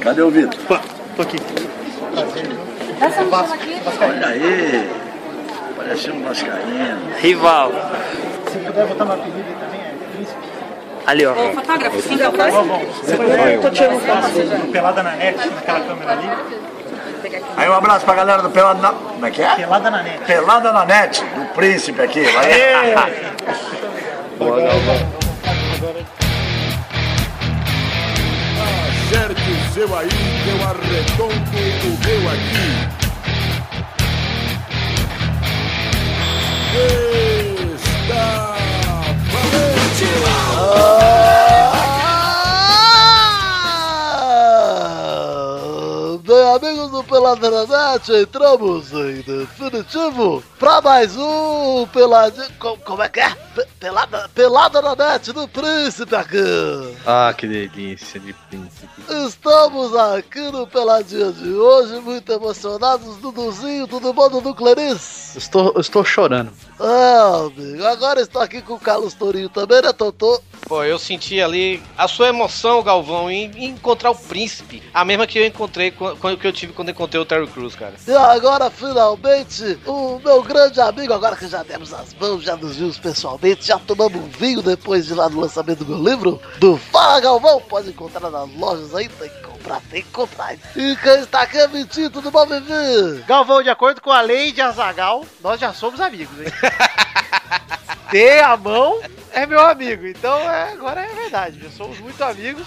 Cadê o Vitor? Pô, tô aqui. Essa mochila aqui. Olha aí. Parecendo um vascaíno. Rival. Se puder botar meu apelido aí também, é príncipe. Ali, ó. Ô, fotógrafo, sim, eu faço. Eu tô tirando foto pelada na net, naquela câmera ali. Aí um abraço pra galera do Pelada na... Como é que é? Pelada na net. Pelada na Net, do Príncipe aqui. Valeu. Acerte o seu aí, que eu arredondo o meu aqui. Está valente! Bem, amigos do Peladranete, entramos em definitivo pra mais um Peladinho. co- Como, é que é? Pe- Pelada, Pelada na net do Príncipe aqui. Ah, que delícia de príncipe. Estamos aqui no Peladinha de hoje, muito emocionados. Duduzinho, tudo bom, Dudu Clarice? Estou, eu estou chorando. Ah, amigo, agora estou aqui com o Carlos Torinho também, né, Totô? Pô, eu senti ali a sua emoção, Galvão, em em encontrar o príncipe. A mesma que eu encontrei quan- quan- que eu tive quando encontrei o Terry Crews, cara. E agora, finalmente, o meu grande amigo, agora que já demos as mãos, já nos vimos pessoalmente, já tomamos um vinho depois de lá do lançamento do meu livro, do Fala Galvão, pode encontrar nas lojas aí, tem que comprar, tem que comprar. E quem está aqui é Vitinho, tudo bom, Vivi? Galvão, de acordo com a lei de Azagal, nós já somos amigos, hein? Dê a mão é meu amigo, então é, agora é verdade, já somos muito amigos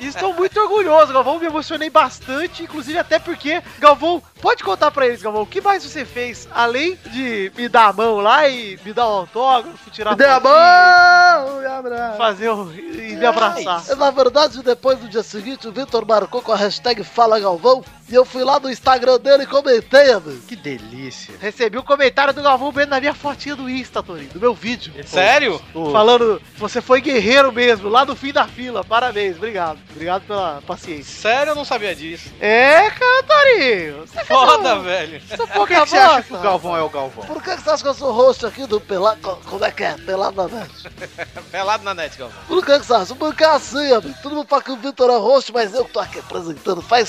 e estou muito orgulhoso, Galvão, me emocionei bastante, inclusive até porque, Galvão, pode contar pra eles, Galvão, o que mais você fez, além de me dar a mão lá e me dar um autógrafo, tirar Me dê a fotinho, mão, me abraça. fazer um, e me abraçar. Na verdade, depois do dia seguinte, o Vitor marcou com a hashtag Fala Galvão, e eu fui lá no Instagram dele e comentei, amigo. Que delícia. Recebi o comentário do Galvão Bueno na minha fotinha do Insta, Torinho, do meu vídeo. Sério? Ô, Falando, você foi guerreiro mesmo, lá no fim da fila. Parabéns, obrigado. Obrigado pela paciência. Sério, eu não sabia disso. É, Cantorinho. Você um Foda, velho. Você pouco que você acha que o Galvão? é o Galvão? Por que que você acha que eu sou host aqui do Pelado? Como é que é? Pelado na net. Tá Pelado na net, Galvão. Por que que você acha? Porque é assim, amigo. Todo mundo fala que o Vitor é host, mas eu que tô aqui apresentando. Faz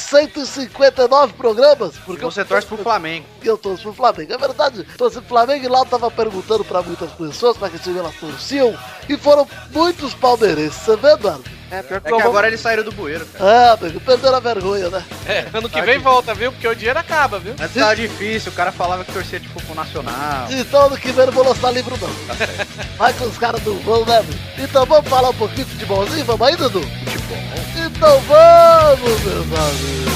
159 programas. Porque Você torce pro Flamengo. eu, eu torço pro Flamengo. É verdade, torço pro Flamengo e lá eu tava perguntando pra muitas pessoas pra que time elas torciam. E foram muitos palmeirenses. Você vê, Eduardo? É, pior que É o que Galvão. agora eles saíram do bueiro, cara. É, amigo, perderam a vergonha, né? É, ano que vem volta, viu? Porque o dinheiro acaba, viu? Antes tava difícil, o cara falava que torcia tipo pro Nacional. Então ano que vem eu não vou lançar livro, Tá não. Vai que os caras não vão, né, amigo? Então vamos falar um pouquinho de futebolzinho? Vamos aí, Dudu? Futebol. Então vamos, meus amigos.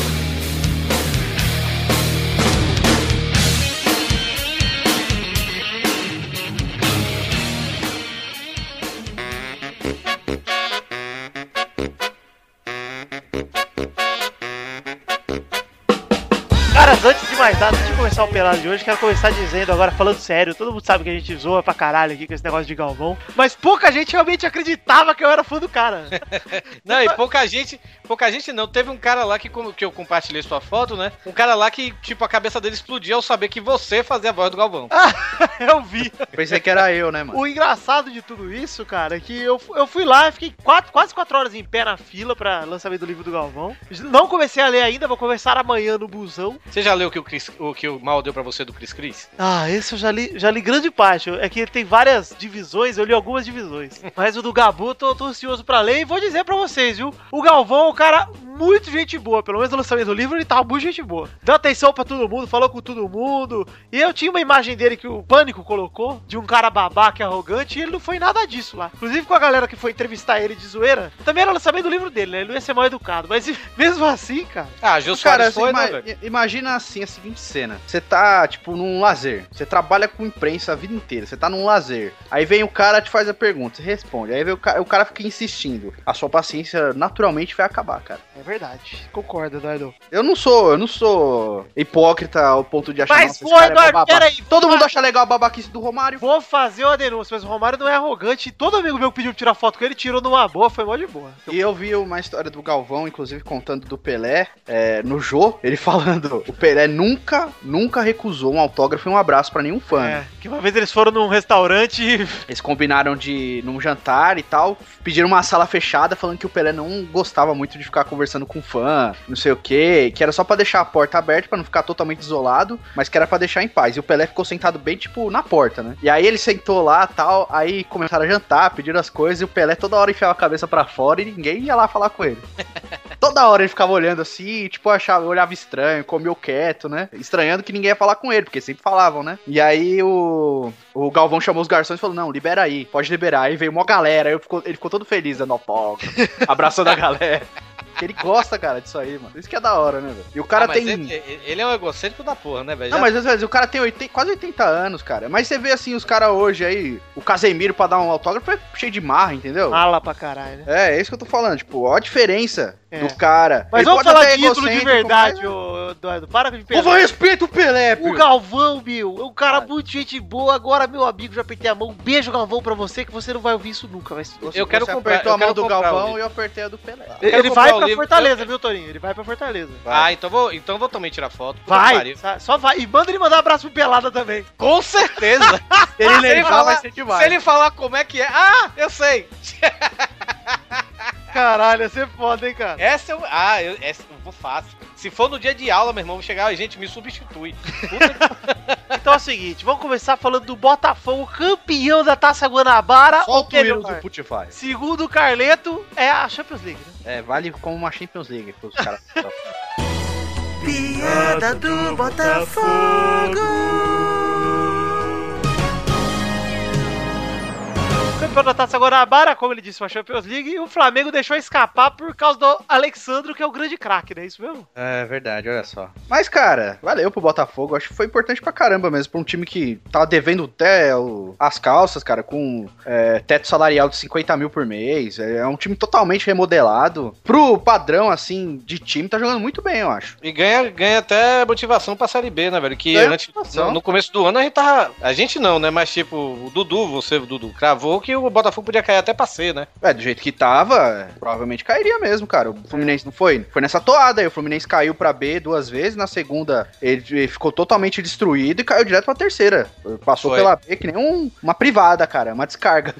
Caras, antes de mais nada, antes de começar o pelado de hoje, quero começar dizendo agora, falando sério, todo mundo sabe que a gente zoa pra caralho aqui com esse negócio de Galvão, mas pouca gente realmente acreditava que eu era fã do cara. Não, e pouca gente, pouca gente não. Teve um cara lá que, como- que eu compartilhei sua foto, né? Um cara lá que, tipo, a cabeça dele explodia ao saber que você fazia a voz do Galvão. Ah! eu vi. Pensei que era eu, né, mano? O engraçado de tudo isso, cara, é que eu, fu- eu fui lá, fiquei quatro, quase quatro horas em pé na fila pra lançamento do livro do Galvão. Não comecei a ler ainda, vou começar amanhã no busão. Você já leu o que o, Chris, o que o Mal deu pra você do Chris Chris? Ah, esse eu já li, já li grande parte. É que ele tem várias divisões, eu li algumas divisões. Mas o do Gabu, tô, tô ansioso pra ler e vou dizer pra vocês, viu? O Galvão é um cara muito gente boa. Pelo menos no lançamento do livro, ele tava muito gente boa. Deu atenção pra todo mundo, falou com todo mundo. E eu tinha uma imagem dele que o Pânico colocou, de um cara babaca e arrogante, e ele não foi nada disso lá. Inclusive com a galera que foi entrevistar ele de zoeira, também era lançamento do livro dele, né? Ele não ia ser mal educado. Mas e- mesmo assim, cara. Ah, Gil Cara, Soares assim, foi, né, ima- velho? i- imagina assim a seguinte cena. Você tá, tipo, num lazer. Você trabalha com imprensa a vida inteira. Você tá num lazer. Aí vem o cara, te faz a pergunta, você responde. Aí vem o, ca o cara fica insistindo. A sua paciência naturalmente vai acabar, cara. É verdade. Concorda, Eduardo. Eu não sou, eu não sou hipócrita ao ponto de achar Mas, "Nossa, esse pô, cara é Eduardo, babaca". peraí, Todo vamos mundo lá. acha legal a babaquice do Romário. Vou fazer uma denúncia, mas o Romário não é arrogante. E todo amigo meu que pediu pra tirar foto com ele tirou numa boa, foi mó de boa. E eu vi uma história do Galvão, inclusive contando do Pelé, é, no Jô, ele falando: o Pelé nunca, nunca recusou um autógrafo e um abraço pra nenhum fã. É, que uma vez eles foram num restaurante e Eles combinaram de ir num jantar e tal, pediram uma sala fechada, falando que o Pelé não gostava muito de ficar conversando com fã, não sei o quê, que era só pra deixar a porta aberta pra não ficar totalmente isolado, mas que era pra deixar em paz. E o Pelé ficou sentado bem tipo na porta, né? E aí ele sentou lá, tal, aí começaram a jantar, pediram as coisas e o Pelé toda hora enfiava a cabeça pra fora e ninguém ia lá falar com ele. Toda hora ele ficava olhando assim, tipo, achava, olhava estranho, comeu quieto, né? Estranhando que ninguém ia falar com ele, porque sempre falavam, né? E aí o, o Galvão chamou os garçons e falou: Não, libera aí, pode liberar. Aí veio uma galera, aí eu ficou- ele ficou todo feliz dando autógrafo, abraçando a galera. Porque ele gosta, cara, disso aí, mano. Isso que é da hora, né, velho? E o cara Ah, mas tem. Ele, ele é um egocêntrico da porra, né, velho? Não, Já- mas às vezes o cara tem 80 quase 80 anos, cara. Mas você vê assim, os caras hoje aí, o Casemiro pra dar um autógrafo é cheio de marra, entendeu? mala pra caralho, né? É, é isso que eu tô falando, tipo, ó a diferença É. do cara. Mas Ele vamos pode falar até é de ídolo de egocêntrico, verdade, ô, Eduardo. Para de Por pensar. favor, respeita o Pelé, O pio. Galvão, meu, é um cara muito gente boa. Agora, meu amigo, já apertei a mão. Um beijo, Galvão, pra você, que você não vai ouvir isso nunca. Mas... Você- Eu quero você comprar- apertou eu a mão quero do comprar o Galvão um. livro. e eu apertei a do Pelé. quero Ele comprar vai o pra livro, Fortaleza, viu, Torinho? Ele vai pra Fortaleza. Ah, então vou, então vou também tirar foto. Puta que Vai, pariu. sa- só vai. E manda ele mandar um abraço pro Pelada também. Com certeza. Ele ele levar falar- vai ser demais. Se ele falar como é que é. Ah, eu sei. Caralho, ia ser foda, hein, cara. Essa eu. Ah, eu, essa eu vou fácil. Se for no dia de aula, meu irmão, eu vou chegar, "Ai, gente, me substitui. Puta que- Então é o seguinte, vamos começar falando do Botafogo, campeão da Taça Guanabara. ou Solta o melhor, ídolo do Putify. Segundo o Carleto, é a Champions League, né? É, vale como uma Champions League pros caras. Piada do Botafogo. Campeão da Taça Guanabara, como ele disse, uma Champions League, e o Flamengo deixou escapar por causa do Alexandro, que é o grande craque, né? É Isso mesmo? É verdade, olha só. Mas, cara, valeu pro Botafogo. Acho que foi importante pra caramba mesmo. Pra um time que tava devendo até o- as calças, cara, com é, teto salarial de 50 mil por mês. É, é um time totalmente remodelado. Pro padrão, assim, de time, tá jogando muito bem, eu acho. E ganha, ganha até motivação pra Série B, né, velho? Que Ganha antes, motivação. no, no começo do ano a gente tava. A gente não, né? Mas tipo, o Dudu, você, o Dudu, cravou que o Botafogo podia cair até pra C, né? É, do jeito que tava, provavelmente cairia mesmo, cara. O Fluminense não foi? Foi nessa toada aí. O Fluminense caiu pra B duas vezes. Na segunda, ele ele ficou totalmente destruído e caiu direto pra terceira. Passou Foi. pela B que nem um- uma privada, cara. Uma descarga.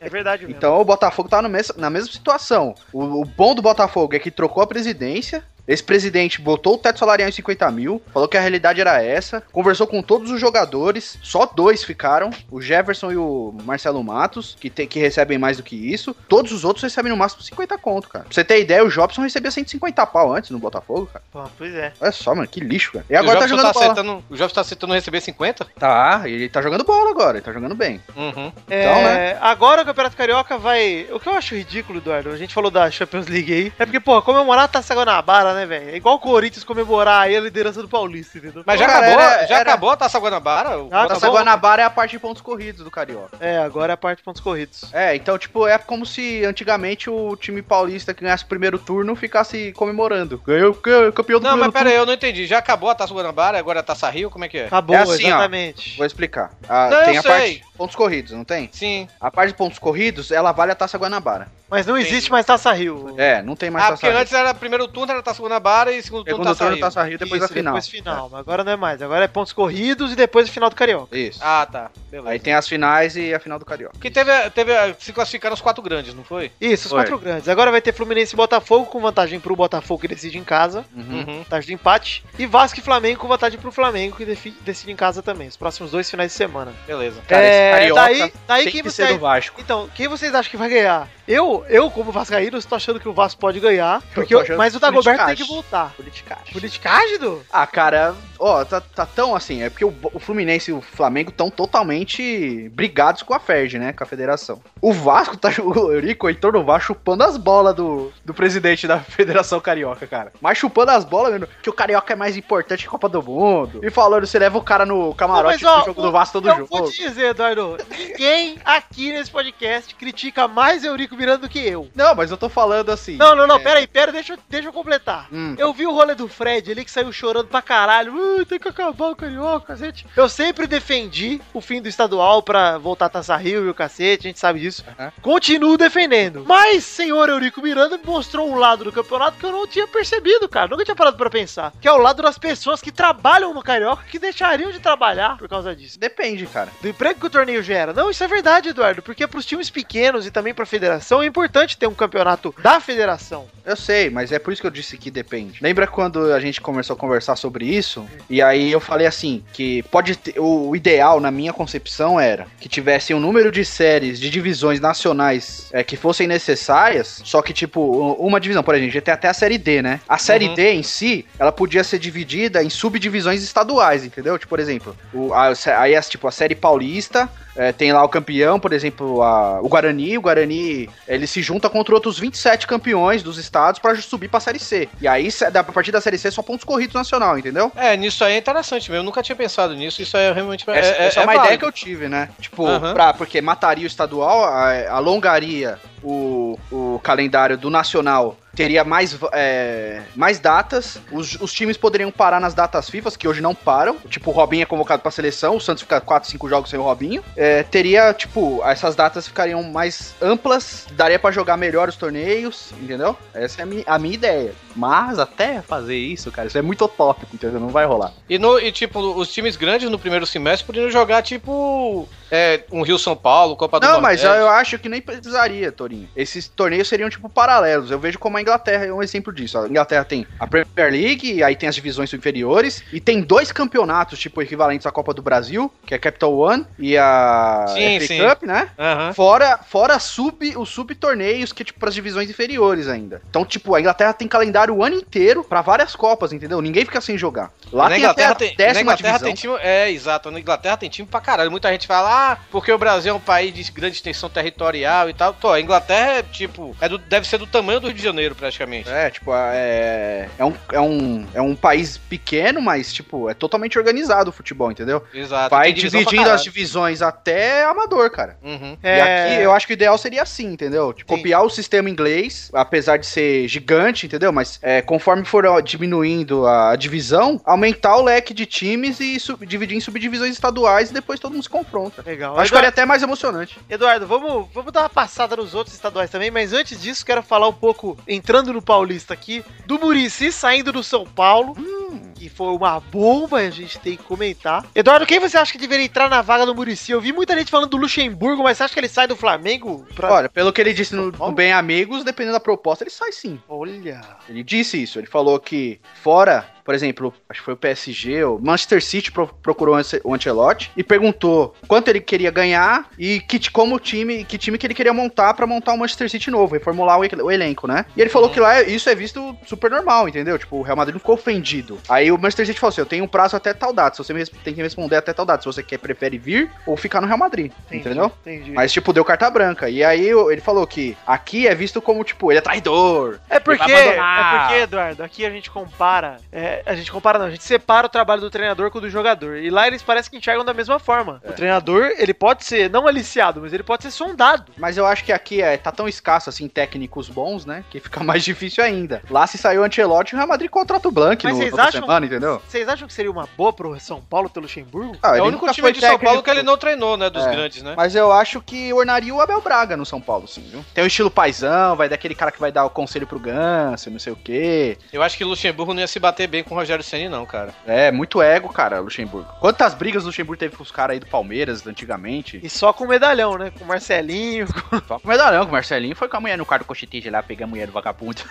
É verdade mesmo. Então o Botafogo tá no mes- na mesma situação. O, o bom do Botafogo é que trocou a presidência. Esse presidente botou o teto salarial em 50 mil, falou que a realidade era essa, conversou com todos os jogadores, só dois ficaram, o Jefferson e o Marcelo Matos, que, tem, que recebem mais do que isso, todos os outros recebem no máximo 50 conto, cara. Pra você ter ideia, o Jobson recebia 150 pau antes no Botafogo, cara. Pô, pois é. Olha só, mano, que lixo, cara. E agora o tá Jobson jogando bola. aceitando, O Jobson tá aceitando receber 50? Tá, ele tá jogando bola agora, ele tá jogando bem. Uhum. Então, né? É, Agora o Campeonato Carioca vai. O que eu acho ridículo, Eduardo, a gente falou da Champions League aí. É porque, porra, comemorar a Taça Guanabara, né, velho? É igual o Corinthians comemorar aí a liderança do Paulista, entendeu? Mas já Cara, acabou, era- já era- acabou a Taça Guanabara? O Ah, Botafogo- Taça Guanabara é a parte de pontos corridos do Carioca. É, agora é a parte de pontos corridos. É, então, tipo, é como se antigamente o time paulista que ganhasse o primeiro turno ficasse comemorando. Ganhou o ca- campeão do Não, primeiro mas pera turno. aí, eu não entendi. Já acabou a Taça Guanabara, agora a Taça Rio, como é que é? Acabou, É assim, ó. exatamente. Vou explicar. Ah, Não, tem eu a sei. parte de pontos corridos, não tem? Sim. A parte de pontos corridos, ela vale a Taça Guanabara. Mas não Entendi. existe mais Taça Rio. É, não tem mais ah, Taça porque antes era primeiro turno, era Taça Guanabara e segundo turno Segundo Taça turno, Rio. Taça Rio, depois Isso, a final. Depois final, mas agora não é mais. Agora é pontos corridos e depois a final do Carioca. É, Isso. Ah, tá. Beleza. aí tem as finais e a final do Carioca. Porque teve, teve, se classificaram os quatro grandes, não foi? Isso, os Foi. quatro grandes. Agora vai ter Fluminense e Botafogo com vantagem pro Botafogo que decide em casa. Uhum. vantagem do empate. E Vasco e Flamengo com vantagem pro Flamengo, que defi- decide em casa também. Os próximos dois finais de semana. Beleza. Cara, esse É, Carioca daí- daí tem quem que você- ser do Vasco. Então, quem vocês acham que vai ganhar? Eu, eu como vascaíno, estou achando que o Vasco pode ganhar. Porque eu- achando mas o que o Dagoberto Corinthians tem que voltar. Politicagem. Politicagem, Edu? Ah, cara, ó, tá, tá tão assim, é porque o, o Fluminense e o Flamengo estão totalmente brigados com a FERJ, né, com a federação. O Vasco tá, chu- o Eurico, o Heitor do Vasco chupando as bolas do, do presidente da Federação Carioca, cara. Mas chupando as bolas, mesmo, que o Carioca é mais importante que a Copa do Mundo. E falando, você leva o cara no camarote do jogo o- do Vasco todo eu jogo. vou te dizer, Eduardo, ninguém aqui nesse podcast critica mais Eurico Miranda do que eu. Não, mas eu tô falando assim. Não, não, não, é, peraí, peraí, deixa, eu- deixa eu completar. Hum. Eu vi o rolê do Fred ali que saiu chorando pra caralho. "Uh, tem que acabar o carioca, cacete. Eu sempre defendi o fim do estadual pra voltar a Taça Rio e o cacete, a gente sabe disso. Aham. Continuo defendendo. Mas, senhor Eurico Miranda me mostrou um lado do campeonato que eu não tinha percebido, cara. Nunca tinha parado pra pensar. Que é o lado das pessoas que trabalham no carioca que deixariam de trabalhar por causa disso Depende, cara. do emprego que o torneio gera. Não, isso é verdade, Eduardo, porque para os times pequenos e também para a federação é importante ter um campeonato da federação. Eu sei, mas é por isso que eu disse que depende. Lembra quando a gente começou a conversar sobre isso? E aí eu falei assim, que pode ter, o o ideal na minha concepção era que tivesse um número de séries de divisões nacionais é, que fossem necessárias, só que tipo, u- uma divisão, por exemplo, tem até a série D, né? A série Uhum. D em si, ela podia ser dividida em subdivisões estaduais, entendeu? Tipo, por exemplo, o, a, aí as, tipo a série paulista, é, tem lá o campeão, por exemplo, a- o Guarani. O Guarani ele se junta contra outros 27 campeões dos estados pra subir pra Série C. E aí, se- da- a partir da Série C, só pontos corridos nacional, entendeu? É, nisso aí é interessante mesmo. Eu nunca tinha pensado nisso. Isso aí é realmente. Essa é, essa é, uma ideia que eu. eu tive, né? Tipo, Aham. pra- porque mataria o estadual, a- alongaria o, o calendário do nacional, teria mais, va- é, mais datas, os, os times poderiam parar nas datas FIFA, que hoje não param. Tipo, o Robinho é convocado pra seleção, o Santos fica 4, 5 jogos sem o Robinho. É, teria, tipo, essas datas ficariam mais amplas, daria pra jogar melhor os torneios, entendeu? Essa é a minha, a minha ideia. Mas até fazer isso, cara, isso é muito utópico, entendeu? Não vai rolar. E, no, e, tipo, os times grandes no primeiro semestre poderiam jogar, tipo. É, um Rio São Paulo, Copa do Não, mas Nordeste. eu, eu acho que nem precisaria, Torinho. Esses torneios seriam tipo paralelos. Eu vejo como a Inglaterra é um exemplo disso. A Inglaterra tem a Premier League, aí tem as divisões inferiores, e tem dois campeonatos, tipo, equivalentes à Copa do Brasil, que é a Capital One e a Sim, FA sim. Cup, né? Aham. Fora, fora sub, os subtorneios que, tipo, pras divisões inferiores ainda. Então, tipo, a Inglaterra tem calendário o ano inteiro pra várias Copas, entendeu? Ninguém fica sem jogar. Lá na tem Inglaterra até a tem, na décima Inglaterra divisão. tem time, é, exato, na Inglaterra tem time pra caralho. Muita gente fala, ah, porque o Brasil é um país de grande extensão territorial e tal. Tô, a Inglaterra é tipo, é do- deve ser do tamanho do Rio de Janeiro praticamente. É, tipo, é, é, um, é, um, é um país pequeno, mas, tipo, é totalmente organizado o futebol, entendeu? Exato. Vai tem Tá divisão pra dividindo as caralho. divisões até amador, cara. Uhum. E É. aqui eu acho que o ideal seria assim, entendeu? Tipo, Sim. copiar o sistema inglês, apesar de ser gigante, entendeu? Mas é, conforme for ó, diminuindo a divisão, aumentar o leque de times e sub- dividir em subdivisões estaduais e depois todo mundo se confronta. Legal. Eu acho que Eduardo, ficaria até mais emocionante. Eduardo, vamos, vamos dar uma passada nos outros estaduais também, mas antes disso, quero falar um pouco, entrando no Paulista aqui, do Murici saindo do São Paulo, Hum. que foi uma bomba a gente tem que comentar. Eduardo, quem você acha que deveria entrar na vaga do Murici? Eu vi muita gente falando do Luxemburgo, mas você acha que ele sai do Flamengo? pra- Olha, pelo que ele disse no, no Paulo? Bem Amigos, dependendo da proposta, ele sai sim. Olha. Ele disse isso, ele falou que fora, por exemplo, acho que foi o PSG, o Manchester City pro- procurou o Ance- o Ancelotti e perguntou quanto ele queria ganhar e que ti- como time, que time que ele queria montar pra montar o Manchester City novo, reformular o, e- o elenco, né? E ele falou que lá é- isso é visto super normal, entendeu? Tipo, o Real Madrid não ficou ofendido. Aí o Manchester City falou assim: "Eu tenho um prazo até tal data, se você me res- tem que me responder até tal data, se você quer prefere vir ou ficar no Real Madrid", Entendi, entendeu? Entendi. Mas, tipo, deu carta branca. E aí eu- ele falou que aqui é visto como, tipo, ele é traidor. É porque, Ele vai é abandonar. porque, Eduardo, aqui a gente compara. é, a gente compara, não, a gente separa o trabalho do treinador com o do jogador. E lá eles parecem que enxergam da mesma forma. É. O treinador, ele pode ser não aliciado, mas ele pode ser sondado. Mas eu acho que aqui é, tá tão escasso assim técnicos bons, né? Que fica mais difícil ainda. Lá se saiu o Ancelotti, o Real Madrid contrata o Blank Mas no vocês outra acham- semana, entendeu? Vocês acham que seria uma boa pro São Paulo ter Luxemburgo? Ah, É ele o único nunca time foi de São técnico, Paulo que ele não treinou, né, dos É. grandes, né? Mas eu acho que ornaria o Abel Braga no São Paulo, sim, viu? Tem o estilo paizão, vai daquele cara que vai dar o conselho pro Ganso, não sei o quê. Eu acho que Luxemburgo não ia se bater bem com o Rogério Ceni não, cara. É, muito ego, cara, Luxemburgo. Quantas brigas o Luxemburgo teve com os caras aí do Palmeiras antigamente? E só com medalhão, né? Com Marcelinho. Só com o medalhão, com o Marcelinho foi com a mulher no quarto cochetejo É. lá, pegar a mulher do vagabundo.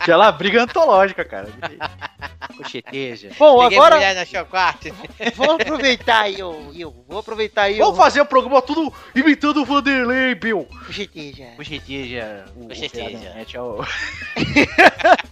Aquela briga antológica, cara. cocheteja. Bom, agora- mulher na sua quarta. Vou aproveitar aí, eu, eu vou aproveitar aí. Vamos fazer o programa tudo imitando o Vanderlei, Bill. Cocheteja. Cocheteja. Cocheteja. É,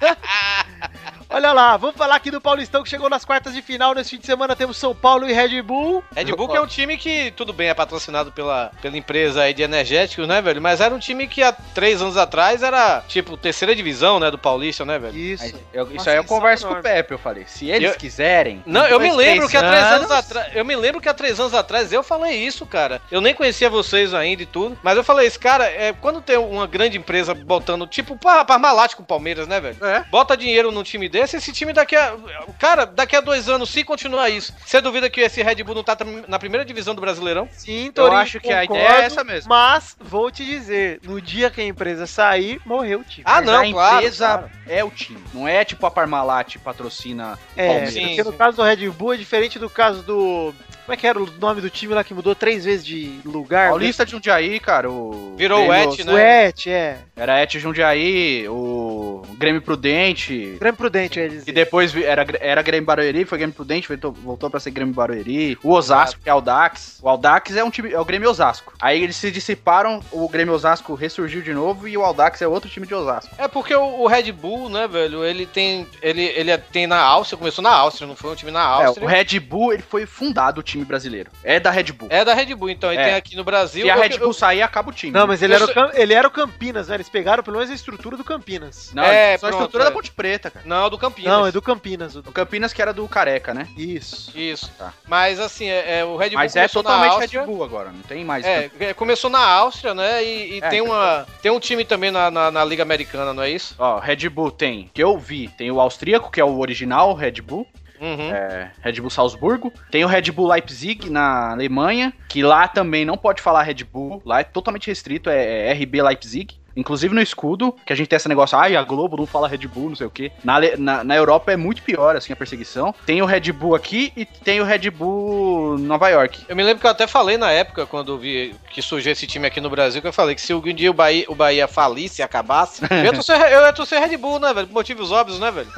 Olha lá, vamos falar aqui do Paulistão que chegou nas quartas de final. Nesse fim de semana temos São Paulo e Red Bull. Red Bull que é um time que, tudo bem, é patrocinado pela, pela empresa aí de energéticos, né, velho? Mas era um time que há três anos atrás era, tipo, terceira divisão, né, do Paulista, né, velho? Isso. isso aí eu ascensão converso com enorme. o Pepe, eu falei. Se eles Eu- quiserem. Não, eu me dois, lembro três que há três anos atrás. Eu me lembro que há três anos atrás eu falei isso, cara. Eu nem conhecia vocês ainda e tudo. Mas eu falei isso, cara, é, quando tem uma grande empresa botando, tipo, pa- Parmalat com o Palmeiras, né, velho? É. Bota dinheiro num time desse, esse time daqui a. Cara, daqui a dois anos, se continuar isso, você duvida que esse Red Bull não tá tam- na primeira divisão do Brasileirão? Sim, Eu Torinho, acho que a concordo, ideia é essa mesmo. Mas vou te dizer, no dia que a empresa sair, morreu o time. Ah, Mas não, a claro. empresa claro. é o time. Não é tipo a Parmalat patrocina o É, Palmeiras. Sim, porque no sim. caso do Red Bull é diferente do caso do. Como é que era o nome do time lá que mudou três vezes de lugar? Paulista de Jundiaí, cara. O Virou o Grêmio- Et, né? O Et, é. Era Et Jundiaí, o Grêmio Prudente. Grande Prudente, eu ia E dizer. depois vi- era, era Grêmio Barueri, foi Grêmio Prudente, voltou, voltou pra ser Grêmio Barueri. O Osasco, que é o Dax. O Aldax é um time, é o Grêmio Osasco. Aí eles se dissiparam, o Grêmio Osasco ressurgiu de novo e o Aldax é outro time de Osasco. É porque o, o Red Bull, né, velho, ele tem. Ele, ele é, tem na Áustria, começou na Áustria, não foi um time na É, Áustria. o Red Bull, ele foi fundado o time brasileiro. É da Red Bull. É da Red Bull, então. E É. tem aqui no Brasil. Se a eu- Red eu- Bull sair, acaba o time. Não, mas ele Eu era, o, sou- Cam- ele era o Campinas, né? Eles pegaram pelo menos a estrutura do Campinas. Não, É, só a pronto, estrutura é. da Ponte Preta, cara. Não, do Campinas. Não, é do Campinas. o O do- Campinas que era do Careca, né? Isso. Isso. Tá. Mas assim, é, é, o Red Bull Mas é começou na totalmente Áustria. Red Bull agora, não tem mais. É, é, começou na Áustria, né? E, e É, tem, uma, tem um time também na, na, na Liga Americana, não é isso? Ó, Red Bull tem, que eu vi, tem o austríaco, que é o original Red Bull, Uhum. é, Red Bull Salzburgo. Tem o Red Bull Leipzig na Alemanha, que lá também não pode falar Red Bull, lá é totalmente restrito, é, é RB Leipzig. Inclusive no escudo, que a gente tem esse negócio, ai, a Globo não fala Red Bull, não sei o quê. Na, Ale- na, na Europa é muito pior, assim, a perseguição. Tem o Red Bull aqui e tem o Red Bull Nova York. Eu me lembro que eu até falei na época, quando eu vi que surgiu esse time aqui no Brasil, que eu falei que se algum dia o Bahia, o Bahia falisse e acabasse, eu ia, torcer, eu ia torcer Red Bull, né, velho? Por motivos óbvios, né, velho?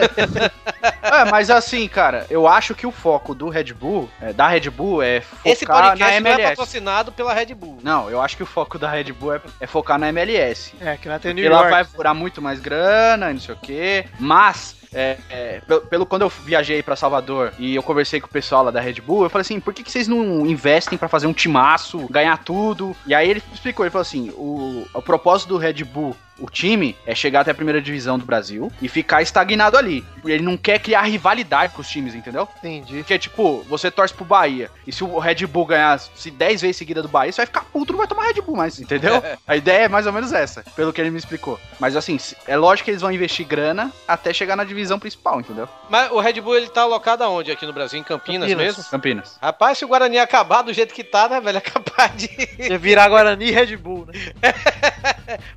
É, mas assim, cara, eu acho que o foco do Red Bull, é, da Red Bull, é focar Esse na podcast não é MLS. patrocinado pela Red Bull. Não, eu acho que o foco da Red Bull é, é focar na MLS. É, que lá tem o New Porque lá York. vai furar muito mais grana e não sei o quê. Mas, é, é, pelo, pelo- quando eu viajei pra Salvador e eu conversei com o pessoal lá da Red Bull, eu falei assim, por que, que vocês não investem pra fazer um timaço, ganhar tudo? E aí ele explicou, ele falou assim, o, o propósito do Red Bull, o time, é chegar até a primeira divisão do Brasil e ficar estagnado ali. Ele não quer criar rivalidade com os times, entendeu? Entendi. Porque, tipo, você torce pro Bahia. E se o Red Bull ganhar se 10 vezes seguida do Bahia, você vai ficar puto, não vai tomar Red Bull mais, entendeu? A ideia é mais ou menos essa, pelo que ele me explicou. Mas, assim, se- é lógico que eles vão investir grana até chegar na divisão principal, entendeu? Mas o Red Bull, ele tá alocado aonde aqui no Brasil? Em Campinas, Campinas. mesmo? Campinas. Rapaz, se o Guarani acabar do jeito que tá, né, velho? É capaz de. Ia virar Guarani e Red Bull, né?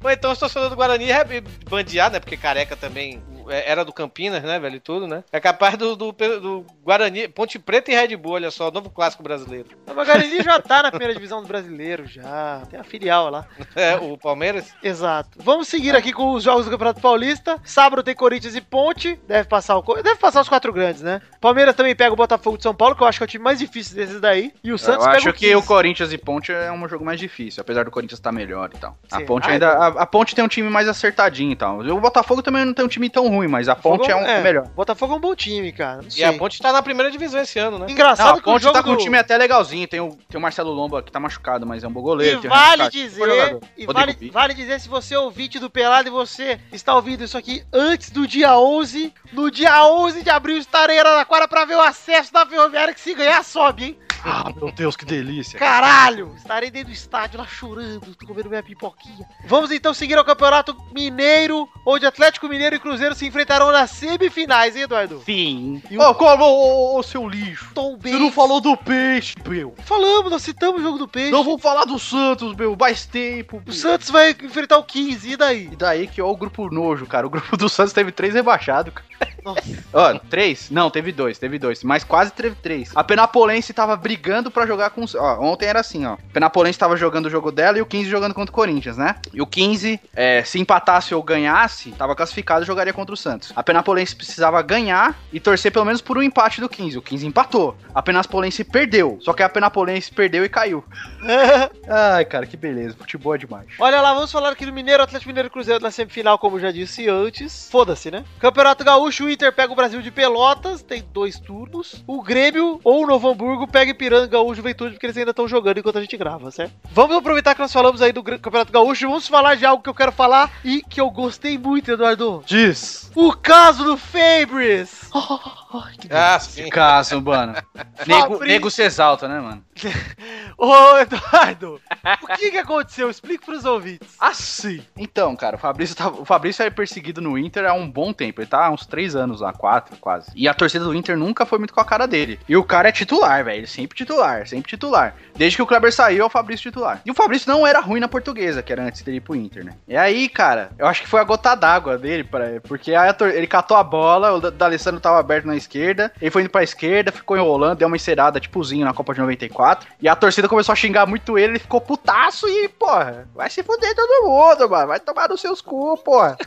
Ou então os torcedores do Guarani é bandear, né? Porque careca também é, era do Campinas, né, velho? E tudo, né? É capaz do, do, do Guarani, Ponte Preta e Red Bull, olha só, novo clássico brasileiro. Mas o Guarani já tá na primeira divisão do brasileiro, já. Tem a filial lá. É, o Palmeiras. Exato. Vamos seguir aqui com os jogos do Campeonato Paulista. Sábado tem Corinthians e Ponte. Deve passar o Co- deve passar os quatro grandes, né? Palmeiras também pega o Botafogo de São Paulo, que eu acho que é o time mais difícil desses daí. E o Santos eu pega acho o que o 15. Corinthians e Ponte é um jogo mais difícil, apesar do Corinthians estar melhor e tal. A Sim. Ponte Ah, ainda. A, a Ponte tem um time mais acertadinho e tal. O Botafogo também não tem um time tão ruim, mas a Ponte é um Botafogo- melhor. O Botafogo é um bom time, cara. Não E sei. a Ponte tá na primeira divisão esse ano, né? Engraçado Não, a que o Ponte jogo tá com um do- time até legalzinho. Tem o, tem o Marcelo Lomba que tá machucado, mas é um bom goleiro. E tem o Renato vale Caixa, bom dizer, jogador. e Rodrigo vale, Vitor. vale dizer se você é ouvinte do Pelado e você está ouvindo isso aqui antes do dia 11, no dia 11 de abril estarei em Araraquara para ver o acesso da Ferroviária que se ganhar sobe, hein? Ah, meu Deus, que delícia. Caralho! Estarei dentro do estádio lá chorando, tô comendo minha pipoquinha. Vamos então seguir ao Campeonato Mineiro, onde Atlético Mineiro e Cruzeiro se enfrentarão nas semifinais, hein, Eduardo? Sim. E o- Ô, como, ô, ô, ô, seu lixo. Tom Você não falou do peixe, meu. Falamos, nós citamos o jogo do Peixe. Não vou falar do Santos, meu. Mais tempo. O meu. Santos vai enfrentar o 15, e daí? E daí que ó o grupo nojo, cara. O grupo do Santos teve três rebaixados, cara. Ó, três? Não, teve dois, teve dois. Mas quase teve três. A Penapolense tava brigando pra jogar com. os- Ó, ontem era assim, ó. A Penapolense tava jogando o jogo dela e o 15 jogando contra o Corinthians, né? E o 15, é, se empatasse ou ganhasse, tava classificado e jogaria contra o Santos. A Penapolense precisava ganhar e torcer pelo menos por um empate do 15. O 15 empatou. A Penapolense perdeu. Só que a Penapolense perdeu e caiu. Ai, cara, que beleza. Futebol é demais. Olha lá, vamos falar aqui do Mineiro, Atlético Mineiro e Cruzeiro na semifinal, como já disse antes. Foda-se, né? Campeonato Gaúcho, o Inter pega o Brasil de Pelotas, tem dois turnos. O Grêmio ou o Novo Hamburgo pega Ipiranga ou Juventude, porque eles ainda estão jogando enquanto a gente grava, certo? Vamos aproveitar que nós falamos aí do Gr- Campeonato Gaúcho, vamos falar de algo que eu quero falar e que eu gostei muito, Eduardo. Diz. O caso do Fabris. Ah, sim. Que caso, mano. Nego, nego se exalta, né, mano? Ô, Eduardo, o que que aconteceu? Explique pros ouvintes. Assim. Então, cara, o Fabrício, tava- o Fabrício é perseguido no Inter há um bom tempo. Ele tá há uns três anos lá, quatro quase. E a torcida do Inter nunca foi muito com a cara dele. E o cara é titular, velho. ele Sempre titular, sempre titular. Desde que o Kleber saiu, é o Fabrício titular. E o Fabrício não era ruim na portuguesa, que era antes dele ir pro Inter, né? E aí, cara, eu acho que foi a gota d'água dele, pra, porque aí a tor- ele catou a bola, o D- D'Alessandro tava aberto na esquerda, ele foi indo pra esquerda, ficou enrolando, deu uma encerada, tipozinho, na Copa de 94. E a torcida começou a xingar muito ele, ele ficou putaço e, porra, vai se fuder todo mundo, mano. Vai tomar nos seus cu, porra.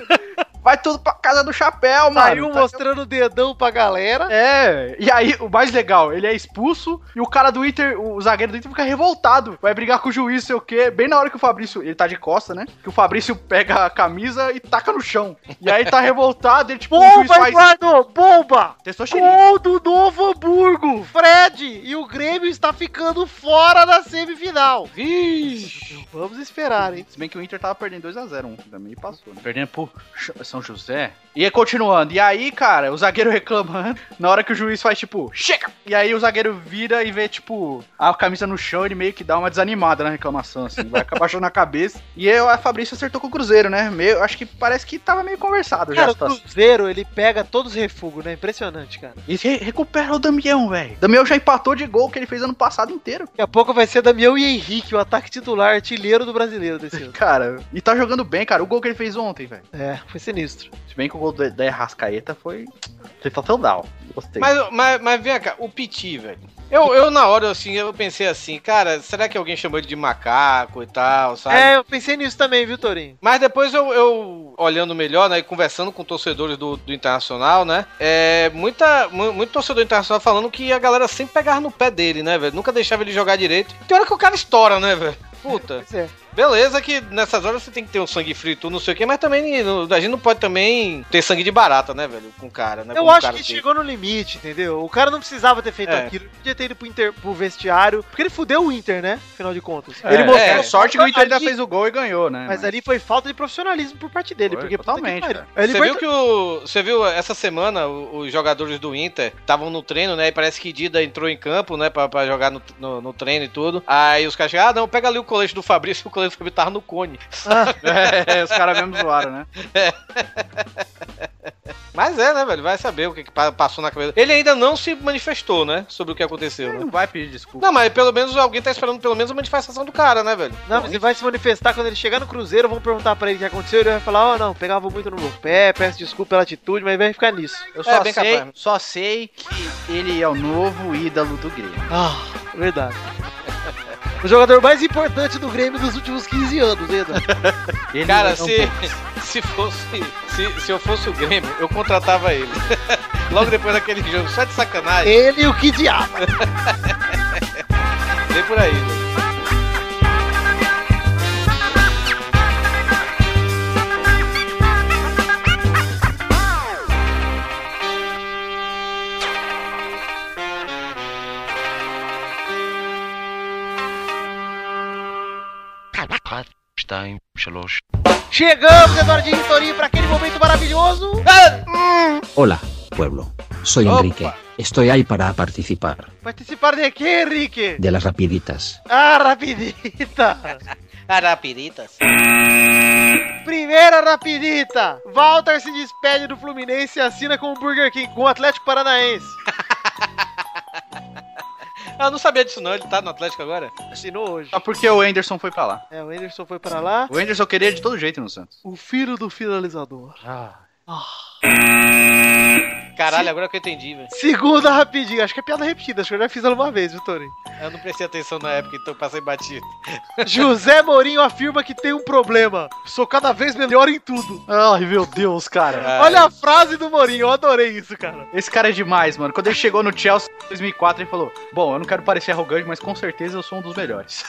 Vai tudo pra casa do chapéu, mano. Saiu Tá- mostrando o dedão pra galera. é, e aí o mais legal, ele é expulso e o cara do Inter, o zagueiro do Inter fica revoltado. Vai brigar com o juiz, sei o quê. Bem na hora que o Fabrício, ele tá de costa, né? Que o Fabrício pega a camisa e taca no chão. E aí tá revoltado, ele tipo, o juiz Bomba, Eduardo! Bomba! Testou Gol do Novo Hamburgo! Fred e o Grêmio está ficando fora da semifinal. Vixe! Vamos esperar, hein? Se bem que o Inter tava perdendo 2x0 ontem também e passou, né? Perdendo pro Ch- São José. E aí, continuando. E aí, cara, o zagueiro reclamando. Na hora que o juiz faz, tipo, chega! E aí o zagueiro vira e vê, tipo, a camisa no chão, ele meio que dá uma desanimada na reclamação, assim. Vai abaixando a cabeça. E aí, a Fabrício acertou com o Cruzeiro, né? Meio, acho que parece que tava meio conversado já. a Cara, o situação. Cruzeiro, ele pega todos os refugos, né? Impressionante, cara. E re- recupera o Damião, velho. Damião já empatou de gol que ele fez ano passado inteiro. Daqui a pouco vai ser Damião e Henrique, o ataque titular, artilheiro do brasileiro desse ano. Cara, e tá jogando bem, cara. O gol que ele fez ontem, velho. É, foi sinistro. Se bem que o gol do- da Errascaeta foi sensacional. Gostei. Mas, mas, mas vem cá, o Piti, velho. Eu, eu, na hora, assim, eu pensei assim, cara, será que alguém chamou ele de macaco e tal, sabe? É, eu pensei nisso também, viu, Torinho? Mas depois eu, eu, olhando melhor, né, e conversando com torcedores do, do Internacional, né, é, muita, mu- muito torcedor internacional falando que a galera sempre pegava no pé dele, né, velho, nunca deixava ele jogar direito. Tem hora que o cara estoura, né, velho. Puta, Pois é. beleza que nessas horas você tem que ter um sangue frio, e tudo, não sei o quê, mas também não- a gente não pode também ter sangue de barata, né, velho, com o cara, né? Eu como o acho cara que tem. chegou no limite, entendeu? O cara não precisava ter feito É. aquilo. Ele podia ter ido pro, Inter, pro vestiário. Porque ele fudeu o Inter, né? Afinal de contas. ele mostrou é. sorte que o Inter ainda Ali- fez o gol e ganhou, né? Mas ali foi falta de profissionalismo por parte dele. Foi, porque puta que totalmente, pariu. cara. É Você viu liberta- que o. Você viu essa semana o- os jogadores do Inter estavam no treino, né? E parece que Dida entrou em campo, né? Pra, pra jogar no, no, no treino e tudo. Aí os caras chegaram, ah, não, pega ali o colete do Fabrício, o colete do Fabrício tava no cone. É, os caras mesmo zoaram, né? Mas é, né, velho? Vai saber o que, que pa- passou na cabeça. Ele ainda não se manifestou, né? Sobre o que aconteceu, Ele né? não vai pedir desculpa. Não, mas pelo menos alguém tá esperando pelo menos uma manifestação do cara, né, velho? Não, mas ele vai se manifestar quando ele chegar no Cruzeiro, vão perguntar pra ele o que aconteceu, ele vai falar, ó, não, pegava muito no meu pé, peço desculpa pela atitude, mas vai ficar nisso. Eu É, bem capaz. só sei que ele é o novo ídolo do Grêmio. Ah, verdade. O jogador mais importante do Grêmio dos últimos 15 anos, hein, Eduardo? Ele Cara, é um se, se fosse. Se, se eu fosse o Grêmio, eu contratava ele. Logo depois daquele jogo, só de sacanagem, Ele e o que diabo. vem por aí, né. velho. Chegamos, Eduardinho e Torinho, pra aquele momento maravilhoso. Hola, pueblo. Soy Enrique. Estoy ahí para participar Participar de quê, Henrique? de las rapiditas. Ah, rapidita. Arapiritas. Primeira rapidita. Walter se despede do Fluminense e assina com o Burger King, com o Atlético Paranaense. Eu não sabia disso não, ele tá no Atlético agora? Assinou hoje. Só porque o Anderson foi pra lá. É, o Anderson foi pra lá. O Anderson queria de todo jeito no Santos. O filho do finalizador. Caralho, agora que eu entendi, velho. Segunda rapidinho. Acho que é piada repetida. Acho que eu já fiz ela uma vez, viu, Tony? Eu não prestei atenção na época, então passei batido. José Mourinho afirma que tem um problema. Sou cada vez melhor em tudo. Ai, meu Deus, cara. Ai. Olha a frase do Mourinho. Eu adorei isso, cara. Esse cara é demais, mano. Quando ele chegou no Chelsea em 2004, ele falou: Bom, eu não quero parecer arrogante, mas com certeza eu sou um dos melhores.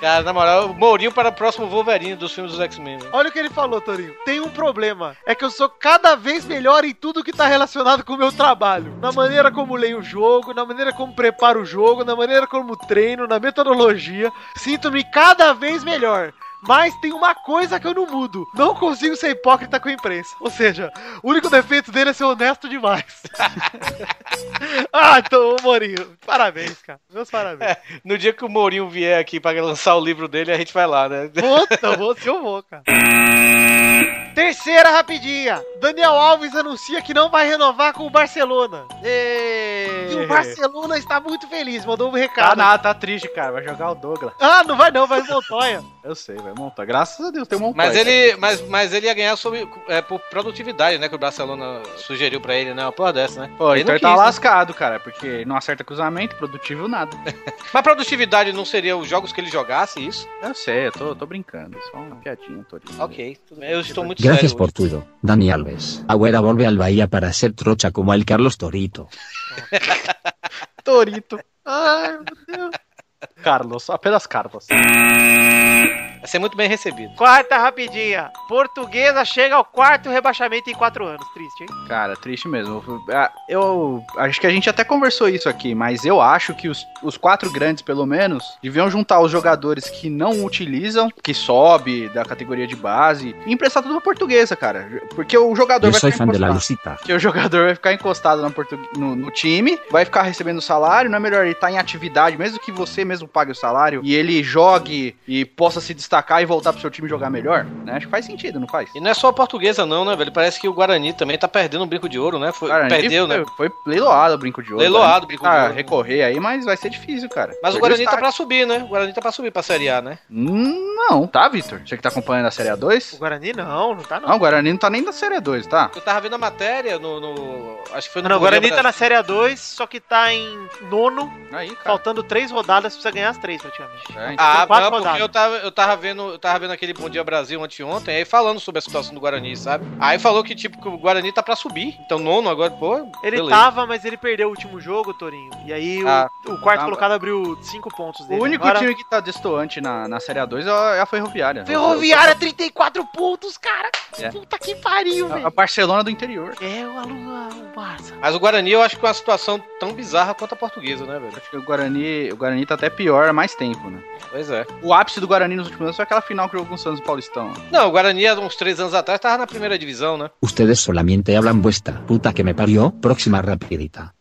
Cara, na moral, o Mourinho para o próximo Wolverine dos filmes dos X-Men, velho. Olha o que ele falou, Torinho. Tem um problema. É que eu sou cada vez melhor em tudo que tá relacionado com o meu trabalho. Na maneira como leio o jogo, na maneira como preparo o jogo, na maneira como treino, na metodologia. Sinto-me cada vez melhor. Mas tem uma coisa que eu não mudo. Não consigo ser hipócrita com a imprensa. Ou seja, o único defeito dele é ser honesto demais. ah, então, ô, Mourinho, parabéns, cara. Meus parabéns. No dia que o Mourinho vier aqui para lançar o livro dele, a gente vai lá, né? Puta, vou, se eu vou, cara. Terceira rapidinha. Daniel Alves anuncia que não vai renovar com o Barcelona. E o Barcelona está muito feliz, mandou um Tá recado. nada, tá triste, cara. Vai jogar o Douglas. Ah, não vai não, vai o Montoya. Eu sei, vai montar. Graças a Deus, tem um Montoya. Mas ele, mas, mas ele ia ganhar sobre, é, por produtividade, né? Que o Barcelona sugeriu pra ele, né? Uma porra dessa, né? Pô, então não ele tá quis, né? lascado, cara, porque não acerta cruzamento, produtivo, nada. Mas produtividade não seria os jogos que ele jogasse, isso? Eu sei, É eu tô, tô brincando. Só uma piadinha, Torinho. Ok, tudo bem. Eu estou muito Gracias sério por todo, Dani Alves. Agüera vuelve al Bahía para ser trocha como el Carlos Torito. Torito. Ai, meu Deus. Carlos, apenas Carlos. hoje. Vai ser muito bem recebido. Quarta rapidinha. Portuguesa chega ao quarto rebaixamento em quatro anos. Triste, hein? Cara, triste mesmo. Ah, Eu acho que a gente até conversou isso aqui, mas eu acho que os, os quatro grandes, pelo menos, deviam juntar os jogadores que não utilizam, que sobe da categoria de base, e emprestar tudo pra portuguesa, cara. Porque o jogador Yo soy fan de la encostado. Lucita. Porque o jogador vai ficar encostado na portu- no, no time, vai ficar recebendo salário, não é melhor ele estar em atividade, mesmo que você mesmo pague o salário, e ele jogue e possa se destacar e voltar pro seu time jogar melhor, né? Acho que faz sentido, não faz? E não é só a portuguesa, não, né, velho? Parece que o Guarani também tá perdendo um brinco de ouro, né? Foi, Cara, perdeu, foi, né? Foi leiloado o brinco de ouro. Leiloado o brinco de Ah, ouro. recorrer aí, mas vai ser difícil, cara. Mas Perdeu o Guarani tá destaque. pra subir, né? O Guarani tá pra subir pra Série A, né? Hum, Não, tá, Vitor? Você que tá acompanhando a Série O A2? Guarani não, não tá não. Não, o Guarani não tá nem da Série A2, tá? Eu tava vendo a matéria no. no- acho que foi no. Não, o Guarani Correio tá na Série A2, só que tá em nono, Aí, cara. faltando três rodadas, precisa ganhar as três praticamente. É, então- Ah, São quatro não, porque rodadas. eu tava, eu tava vendo, eu tava vendo aquele Bom Dia Brasil anteontem, aí falando sobre a situação do Guarani, sabe? Aí falou que tipo que o Guarani tá pra subir, então nono agora, pô. Ele tá- beleza. tava, mas ele perdeu o último jogo, Torinho. E aí o- Ah, o, quarto tá. colocado abriu cinco pontos o dele. único Agora- time que tá destoante na, na Série A2 é a Ferroviária. Ferroviária, 34 pontos, cara. É. Puta que pariu, A- velho. A Barcelona do interior. É o aluno o Barça. Mas o Guarani eu acho que é uma situação tão bizarra quanto a portuguesa, né, velho? Acho que o Guarani, o Guarani tá até pior há mais tempo, né? Pois é. O ápice do Guarani nos últimos anos foi aquela final que jogou com o Santos e Paulistão. Não, o Guarani há uns três anos atrás tava na primeira divisão, né? Ustedes solamente hablan vuestra puta que me parió. Próxima rapidita.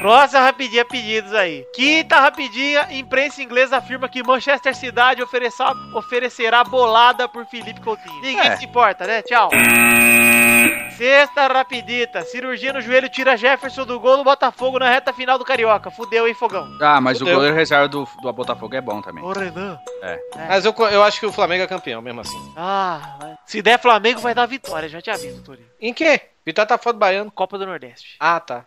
Próxima rapidinha, pedidos aí. Quinta rapidinha, imprensa inglesa afirma que Manchester Cidade ofereça- oferecerá bolada por Felipe Coutinho. Ninguém É. se importa, né? Tchau. Sexta rapidita, cirurgia no joelho tira Jefferson do gol do Botafogo na reta final do Carioca. Fudeu, hein, Fogão? Ah, mas Fudeu. o goleiro reserva do, do Botafogo é bom também. Ô, Renan. É. Mas eu, eu acho que o Flamengo é campeão mesmo assim. Ah, vai. se der Flamengo vai dar vitória, já te aviso, Torinho. Em quê? Vitória tá fora do baiano. Copa do Nordeste. Ah, tá.